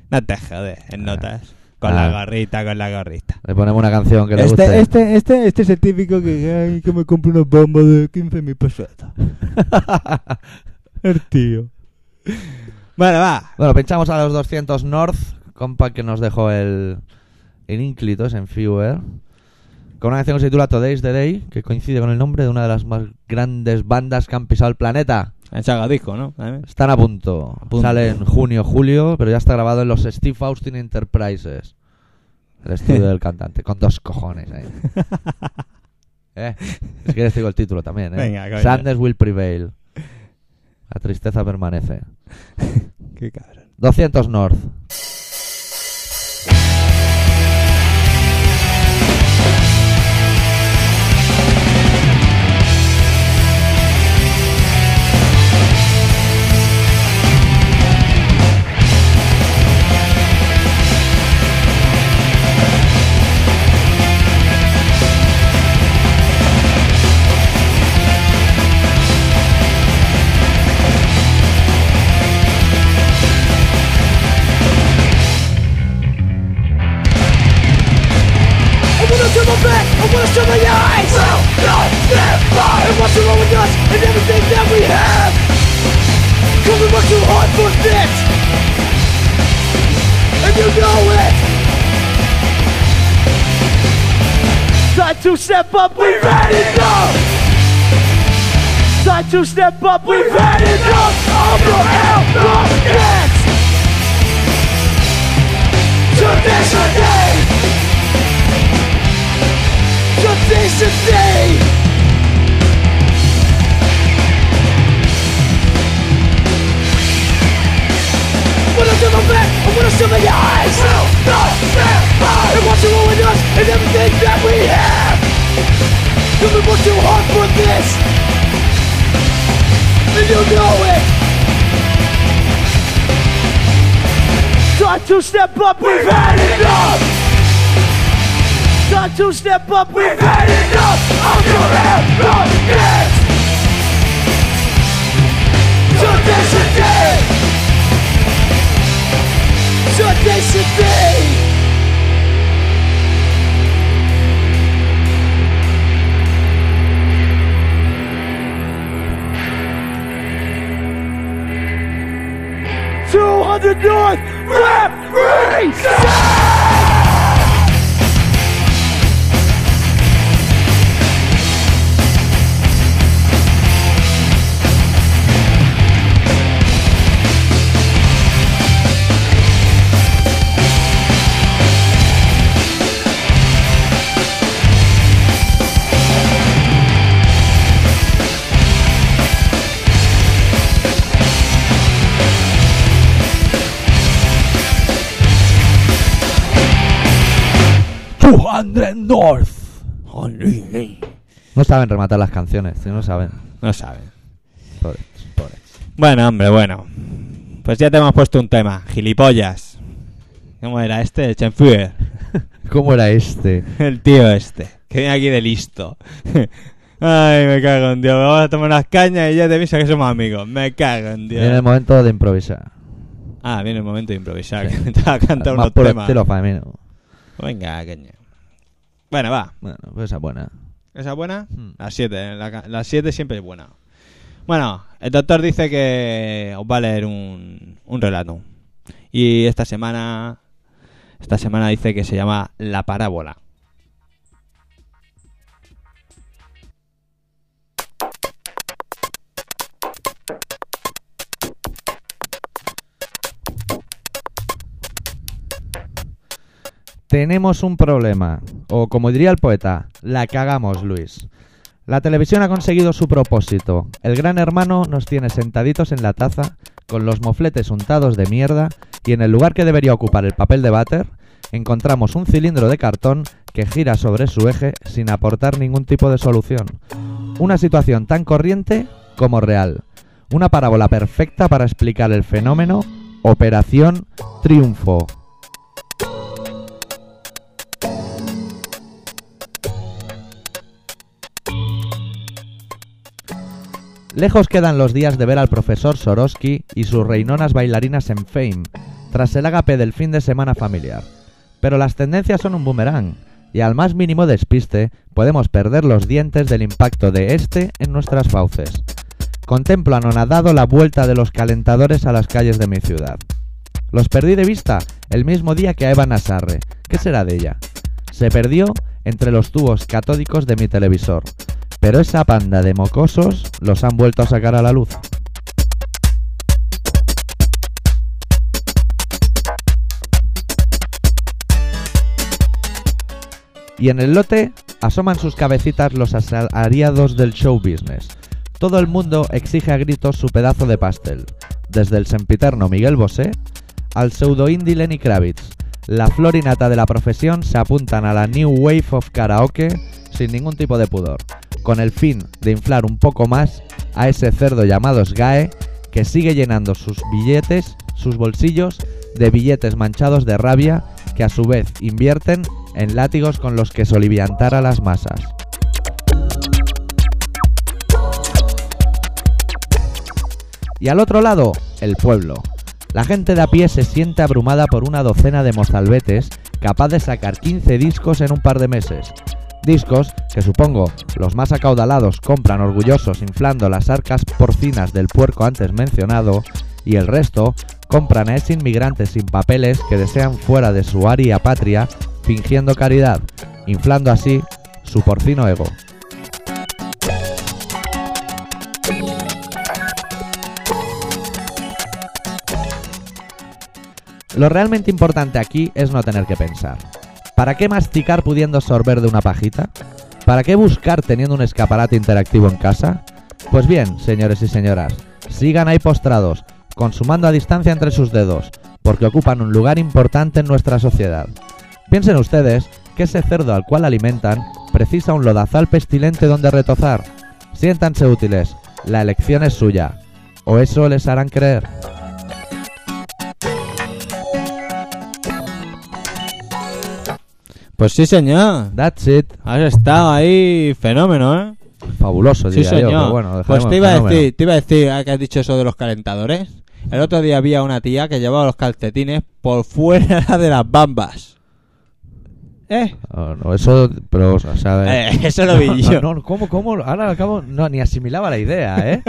A: No te jodes, en notas. Con
B: Ah.
A: la gorrita, con la gorrita.
B: Le ponemos una canción que le guste.
A: Este, este, este, este es el típico que, ay, que me compro una bomba de 15 mil pesetas. El tío. Bueno, va.
B: Bueno, pinchamos a los 200 North, compa que nos dejó el, el ínclito, Senfiewer. Con una canción que se titula Today's the Day, que coincide con el nombre de una de las más grandes bandas que han pisado el planeta.
A: Han sacado disco, ¿no? También.
B: Están a punto.
A: punto.
B: Sale en junio, julio, pero ya está grabado en los Steve Austin Enterprises. El estudio del cantante. Con dos cojones ahí. Eh, Si quieres digo el título también, eh.
A: Venga, coño.
B: Sanders will prevail. La tristeza permanece.
A: Qué cabrón.
B: 200 North.
D: my back, I wanna show my eyes Will not stand by And what's wrong with us and everything that we have Cause we work too hard for this And you know it Time to step up, we've had enough Time to step up, we've had enough of your helplessness Tradition day your decency. When I turn my back, I wanna show my eyes. Will not stand by. And watch you ruin us and everything that we have. You've been working too hard for this, and you know it. Time to step up. We've had enough. Time to step up, we've had enough of your helplessness Sudacity Sudacity Two hundred north, rap,
B: No saben rematar las canciones, tío, no saben.
A: No saben.
B: Pobre.
A: Bueno, hombre, bueno. Pues ya te hemos puesto un tema, gilipollas. ¿Cómo era este? Chenfuer.
B: ¿Cómo era este?
A: El tío este, que viene aquí de listo. Ay, me cago en Dios. Me voy a tomar unas cañas y ya te piensa que somos amigos. Me cago en Dios.
B: Viene el momento de improvisar.
A: Ah, viene el momento de improvisar. Que te va a cantar
B: Más
A: unos
B: puro
A: temas.
B: estilo femenino.
A: Venga, caña. Bueno, va.
B: Bueno, pues esa es buena.
A: ¿Esa es buena?
B: Hmm.
A: Las 7. Las 7 siempre es buena. Bueno, el doctor dice que os va a leer un, un relato. Y esta semana. Esta semana dice que se llama La Parábola.
B: Tenemos un problema, o como diría el poeta, la cagamos, Luis. La televisión ha conseguido su propósito. El gran hermano nos tiene sentaditos en la taza, con los mofletes untados de mierda, y en el lugar que debería ocupar el papel de váter, encontramos un cilindro de cartón que gira sobre su eje sin aportar ningún tipo de solución. Una situación tan corriente como real. Una parábola perfecta para explicar el fenómeno Operación Triunfo. Lejos quedan los días de ver al profesor Sorosky y sus reinonas bailarinas en Fame, tras el ágape del fin de semana familiar. Pero las tendencias son un boomerang, y al más mínimo despiste podemos perder los dientes del impacto de este en nuestras fauces. Contemplo anonadado la vuelta de los calentadores a las calles de mi ciudad. Los perdí de vista el mismo día que a Eva Nasarre. ¿Qué será de ella? Se perdió entre los tubos catódicos de mi televisor. Pero esa panda de mocosos los han vuelto a sacar a la luz. Y en el lote asoman sus cabecitas los asalariados del show business. Todo el mundo exige a gritos su pedazo de pastel, desde el sempiterno Miguel Bosé al pseudo indie Lenny Kravitz. La flor y nata de la profesión se apuntan a la new wave of karaoke sin ningún tipo de pudor, con el fin de inflar un poco más a ese cerdo llamado SGAE que sigue llenando sus billetes, sus bolsillos, de billetes manchados de rabia que a su vez invierten en látigos con los que soliviantar a las masas. Y al otro lado, el pueblo. La gente de a pie se siente abrumada por una docena de mozalbetes capaz de sacar 15 discos en un par de meses. Discos que supongo los más acaudalados compran orgullosos inflando las arcas porcinas del puerco antes mencionado y el resto compran a ex inmigrantes sin papeles que desean fuera de su área patria fingiendo caridad, inflando así su porcino ego. Lo realmente importante aquí es no tener que pensar. ¿Para qué masticar pudiendo sorber de una pajita? ¿Para qué buscar teniendo un escaparate interactivo en casa? Pues bien, señores y señoras, sigan ahí postrados, consumando a distancia entre sus dedos, porque ocupan un lugar importante en nuestra sociedad. Piensen ustedes que ese cerdo al cual alimentan precisa un lodazal pestilente donde retozar. Siéntanse útiles, la elección es suya, o eso les harán creer.
A: Pues sí, señor.
B: That's it.
A: Has estado ahí fenómeno, ¿eh?
B: Fabuloso,
A: Sí,
B: diría yo,
A: señor.
B: pero bueno,
A: pues
B: dejaremos
A: te iba, a
B: fenómeno.
A: decir, te iba a decir, ah, que has dicho eso de los calentadores. El otro día había una tía que llevaba los calcetines por fuera de las bambas. ¿Eh?
B: Oh, no, eso, pero, o sea,
A: Eh, eso lo vi yo.
B: No, no, ¿cómo, cómo? Ahora al cabo, no, ni asimilaba la idea, ¿eh?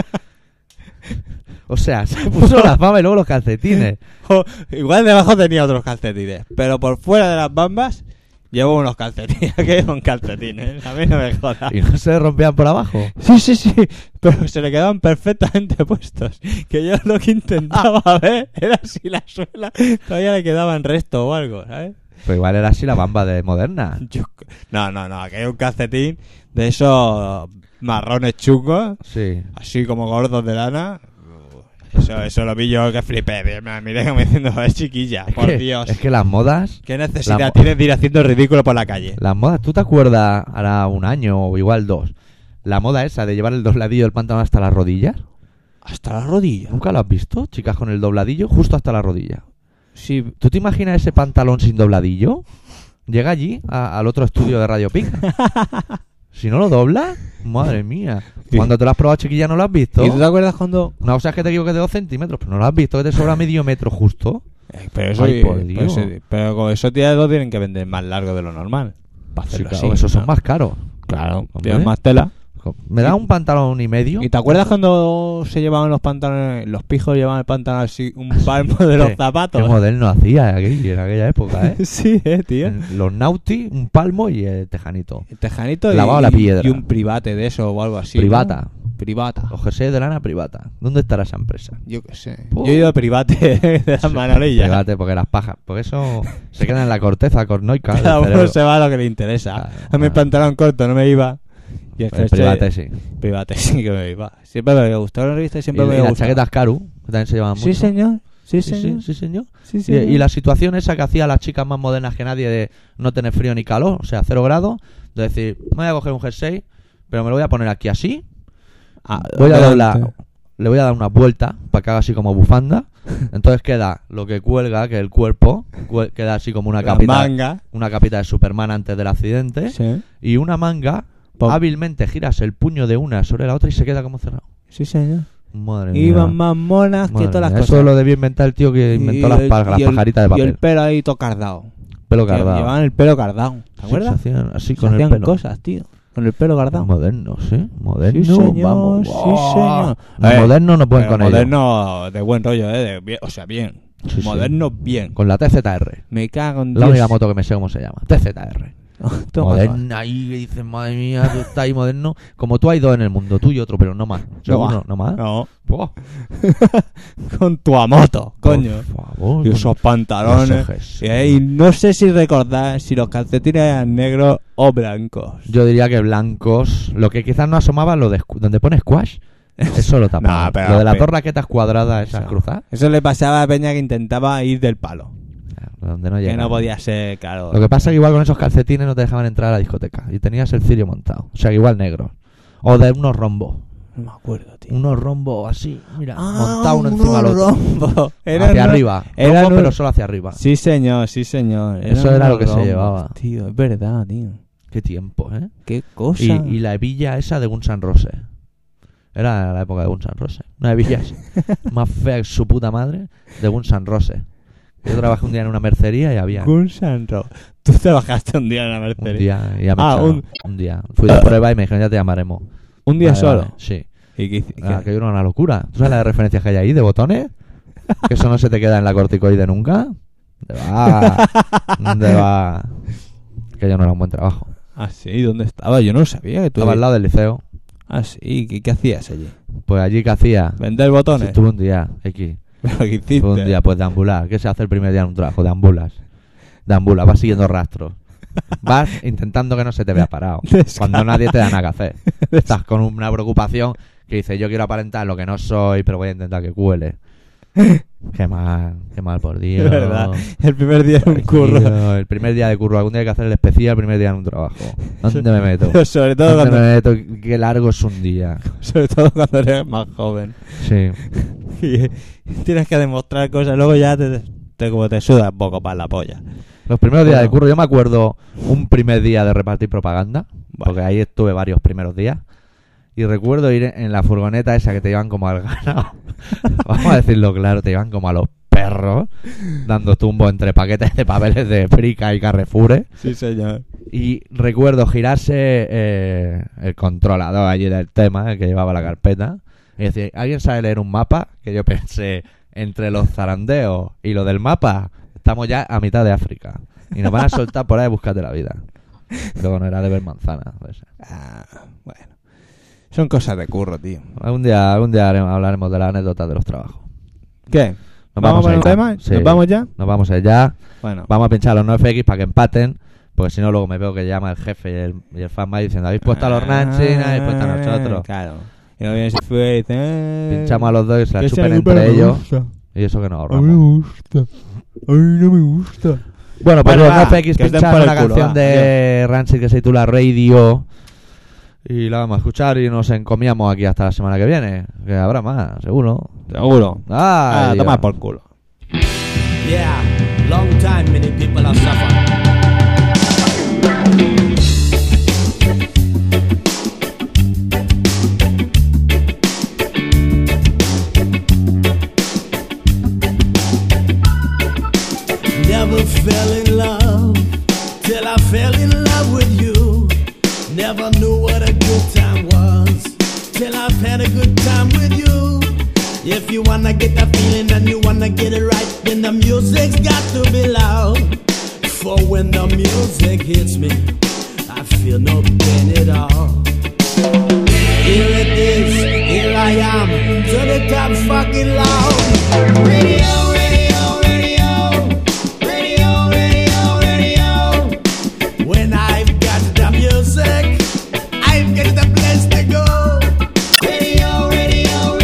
B: o sea, se puso la fama y luego los calcetines.
A: Jo, Igual debajo tenía otros calcetines, pero por fuera de las bambas llevo unos calcetines. que son calcetines, ¿eh? a mí no me jodas.
B: Y no se rompían por abajo.
A: Sí, sí, sí, pero se le quedaban perfectamente puestos. Que yo lo que intentaba ver era si la suela todavía le quedaban resto o algo, ¿sabes?
B: Pero igual era así la bamba de moderna.
A: Yo- no, no, no, que hay un calcetín de esos marrones chungos,
B: Sí.
A: así como gordos de lana. Eso, eso lo vi yo que flipé. Bien, Me miré como diciendo, "Eh, chiquilla, por
B: que,
A: Dios.
B: es que las modas,
A: ¿Qué necesidad
B: La mo-
A: tienes de ir haciendo ridículo por la calle?
B: las modas, ¿tú te acuerdas ahora un año o igual dos? La moda esa de llevar el dobladillo del pantalón hasta las rodillas.
A: Hasta la rodilla.
B: ¿Nunca lo has visto? Chicas con el dobladillo justo hasta la rodilla.
A: Sí,
B: ¿Tú te imaginas ese pantalón sin dobladillo? Llega allí, a- al otro estudio de Radio Pic. si no lo doblas, madre mía. Cuando te lo has probado, chiquilla, no lo has visto.
A: ¿Y tú te acuerdas cuando.?
B: No, o sea, es que te equivoques de dos centímetros, pero no lo has visto, que te sobra medio metro justo.
A: Eh, pero eso.
B: Ay, por
A: pero,
B: Dios.
A: eso- pero con esos días lo tienen que vender más largo de lo normal. Para
B: Sí,
A: hacerlo
B: claro,
A: así,
B: esos son
A: ¿no?
B: más caros.
A: Claro,
B: Hombre.
A: tienen más tela.
B: Me da un pantalón y medio.
A: ¿Y te acuerdas cuando se llevaban los pantalones, los pijos llevaban el pantalón así, un palmo de los
B: Qué- Qué
A: zapatos?
B: moderno hacía aquel- en aquella época, ¿eh?
A: sí, eh, tío.
B: Los nauti, un palmo y el tejanito.
A: El tejanito y,
B: Lavado la
A: y-
B: piedra.
A: y un private de eso o algo así. ¿no?
B: Privata.
A: Privata.
B: Los jerseys de lana privata. ¿Dónde estará esa empresa?
A: Yo qué sé.
B: Oh.
A: Yo he ido a private de las manolillas.
B: Private, porque las pajas. Porque eso se queda en la corteza cornoica. del
A: Cada uno
B: cerebro.
A: se va a lo que le interesa.
B: Claro,
A: a mí el
B: claro.
A: pantalón corto no me iba. Y el
B: El
A: jersey-
B: private, sí.
A: private sí que me iba. Siempre me había gustado la revista y
B: Y,
A: siempre me
B: y
A: había
B: las
A: gustado.
B: chaquetas Caru, que también se llevaban
A: Sí,
B: mucho.
A: señor. Sí,
B: Sí, sí,
A: señor.
B: sí, señor.
A: Sí,
B: Y,
A: señor.
B: y la situación esa que hacía las chicas más modernas que nadie de no tener frío ni calor, o sea, cero grado, de decir, me voy a coger un jersey, pero me lo voy a poner aquí así,
A: Ah,
B: voy a
A: adelante.
B: doblar, le voy a dar una vuelta para que haga así como bufanda, entonces queda lo que cuelga, que el cuerpo, cuel- queda así como una
A: La
B: capita,
A: manga.
B: una capita de Superman antes del accidente,
A: Sí.
B: y una manga,
A: Pop.
B: hábilmente giras el puño de una sobre la otra y se queda como cerrado.
A: Sí, señor.
B: Madre mía.
A: Iban más monas
B: Madre
A: que todas las
B: mía,
A: cosas.
B: Eso lo debió inventar el tío que inventó
A: Y
B: las,
A: el-
B: pa- las
A: y el-
B: pajaritas de papel.
A: Y el pelo ahí todo cardado.
B: pelo
A: Que
B: cardado.
A: Llevaban el pelo cardado. ¿Te acuerdas?
B: Sí, se hacían así
A: Se
B: con
A: hacían
B: el pelo.
A: cosas, tío. Con el pelo cardado.
B: Modernos, ¿eh? Modernos,
A: Sí, señor,
B: vamos.
A: sí,
B: ¡Buah!
A: señor.
B: Los
A: Eh,
B: modernos no pueden
A: Pero
B: con ello.
A: moderno de buen rollo, ¿eh? de bien- o sea, bien.
B: Sí, sí.
A: moderno bien.
B: Con la TZR.
A: Me cago en
B: La única
A: Dios.
B: moto que me sé cómo se llama. TZR.
A: Toma, toma.
B: Moderna ahí que dices, madre mía, tú estás ahí moderno. Como tú hay dos en el mundo, tú y otro, pero no más. Seguro, no,
A: más.
B: más.
A: No,
B: Buah,
A: con tu moto, coño.
B: Por favor.
A: Y esos pantalones.
B: esos
A: Y ahí no sé si recordar si los calcetines eran negros o blancos.
B: Yo diría que blancos. Lo que quizás no asomaba, lo de squ- donde pone squash, eso lo tapaba.
A: No, pero-
B: lo de las
A: pero-
B: dos raquetas cuadradas, esas
A: Eso.
B: cruzadas,
A: Eso le pasaba a Peña que intentaba ir del palo.
B: donde no
A: Que
B: llegaba.
A: no podía ser, claro.
B: Lo que pasa es que igual con esos calcetines no te dejaban entrar a la discoteca y tenías el cirio montado. O sea, que igual negro. O de unos rombos.
A: No me acuerdo, tío.
B: Unos rombos así, mira,
A: Ah,
B: montado uno encima
A: unos
B: del otro.
A: rombos. Eran
B: hacia
A: unos-
B: arriba.
A: eran
B: Rombo,
A: unos-
B: pero solo hacia arriba.
A: Sí, señor, sí, señor.
B: Eso
A: Eran
B: era lo
A: unos
B: que se
A: rombos,
B: llevaba.
A: Tío, es verdad, tío.
B: Qué tiempo, ¿eh?
A: Qué cosa.
B: Y, y la hebilla esa de Guns N' Roses. Era la época de Guns N' Roses. Una hebilla así, más fea que su puta madre de Guns N' Roses. Yo trabajé un día en una mercería y había
A: Guns N' Roses. Tú trabajaste un día en la
B: un
A: mercería.
B: día y ya me
A: Ah,
B: echaron.
A: un-
B: un... día. Fui de prueba y me dijeron ya te llamaremos.
A: Un día
B: Vale,
A: solo.
B: vale, Sí.
A: ¿Y qué hici-
B: Ah,
A: qué-
B: que era una locura. ¿Tú sabes las referencias que hay ahí de botones? Que eso no se te queda en la corticoide nunca. Te va. te va. Que yo no era un buen trabajo.
A: Ah, sí, ¿dónde estaba? Yo no sabía que tú.
B: Estaba al lado del liceo.
A: Ah, sí, ¿qué, qué hacías allí?
B: Pues allí que hacía.
A: ¿Vender botones?
B: Estuve un día, X.
A: ¿Pero qué hiciste?
B: Fue un día, pues, de ambular. ¿Qué se hace el primer día en un trabajo? De ambulas. De ambulas, vas siguiendo rastros. Vas intentando que no se te vea parado.
A: Desca-
B: Cuando nadie te da nada que hacer. Estás con una preocupación que dices, yo quiero aparentar lo que no soy, pero voy a intentar que cuele. Qué mal, qué mal, por Dios.
A: Es verdad. El primer día en un curro.
B: Tío, el primer día de curro, algún día hay que hacer el especial, el primer día en un trabajo. ¿Dónde me meto?
A: Pero sobre todo
B: ¿Dónde
A: cuando,
B: me meto? Qué largo es un día.
A: sobre todo cuando eres más joven.
B: Sí.
A: Y tienes que demostrar cosas, luego ya te, te- como te sudas un poco para la polla.
B: Los primeros días
A: Bueno.
B: de curro, yo me acuerdo un primer día de repartir propaganda,
A: Vale.
B: porque ahí estuve varios primeros días. Y recuerdo ir en la furgoneta esa que te iban como al ganado. Vamos a decirlo claro, te iban como a los perros, dando tumbo entre paquetes de papeles de Frica y Carrefour. ¿eh?
A: Sí, señor.
B: Y recuerdo girarse eh, el controlador allí del tema, el que llevaba la carpeta, y decir, ¿alguien sabe leer un mapa? Que yo pensé, entre los zarandeos y lo del mapa, estamos ya a mitad de África. Y nos van a soltar por ahí buscate la vida. Luego no era de ver manzanas. pues.
A: Ah, bueno. Son cosas de curro, tío.
B: Algún día, algún día haremos- hablaremos de las anécdotas de los trabajos.
A: ¿Qué?
B: Nos
A: ¿Vamos,
B: vamos
A: con el
B: allá.
A: tema?
B: Sí.
A: ¿Nos vamos ya?
B: Nos vamos allá,
A: Bueno.
B: vamos a pinchar los 9X para que empaten. Porque si no, luego me veo que llama el jefe y el, y el fanmai diciendo: Habéis puesto a los Nanchina, habéis puesto a nosotros.
A: pues Claro. Y luego viene ese fue y dice, "Eh,
B: Pinchamos a los dos y se la
A: que ese
B: chupen
A: grupo
B: entre
A: no me
B: ellos.
A: gusta.
B: Y eso que nos
A: A mí me
B: ahorramos.
A: gusta. A mí no me gusta.
B: Bueno, pues
A: Vale,
B: los
A: va,
B: FX
A: que os den
B: pincharon
A: por el
B: una
A: culo,
B: canción
A: va,
B: de Rancid que se titula Radio. Y la vamos a escuchar y nos encomíamos aquí hasta la semana que viene. Que habrá más, seguro.
A: "Eh, Seguro.
B: Ah,
A: Ah, toma por culo.
C: Yeah, long time many people have suffered. Never fell in love till I fell in love with you. Never knew what a good time was till I've had a good time with you. If you wanna get that feeling and you wanna get it right, then the music's got to be loud. For when the music hits me, I feel no pain at all. Here it is, here I am, to the top fucking loud. Radio, radio, radio, radio, radio, radio. When I've got the music, I've got the place to go. Radio, radio,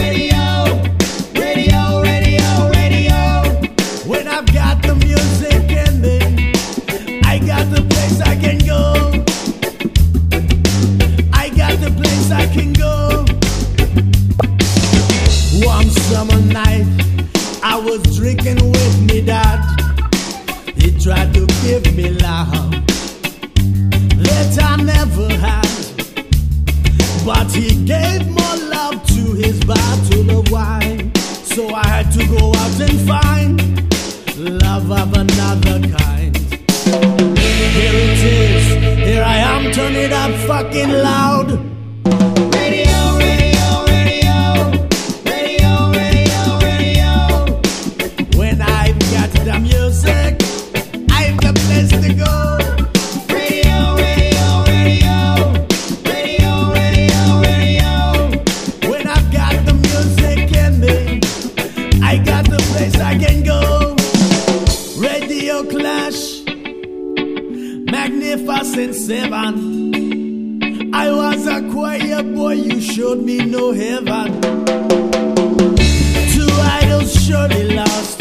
C: radio, radio, radio, radio. When I've got the music in me, I got the place I can go. I got the place I can go. Warm summer night, I was drinking with me dad. He tried to give me love that I never had, but he gave more love to his bottle of wine. So I had to go out and find love of another kind. Here it is. Here I am. Turn it up fucking loud. Radio, radio, radio. Radio, radio, radio. When I've got the music, I've the place to go. Radio, radio, radio. Radio, radio, radio. When I've got the music in me, I got the place I can go. Radio Clash. Magnificent Seven. I was a choir boy, you showed me no heaven. Two idols surely lost.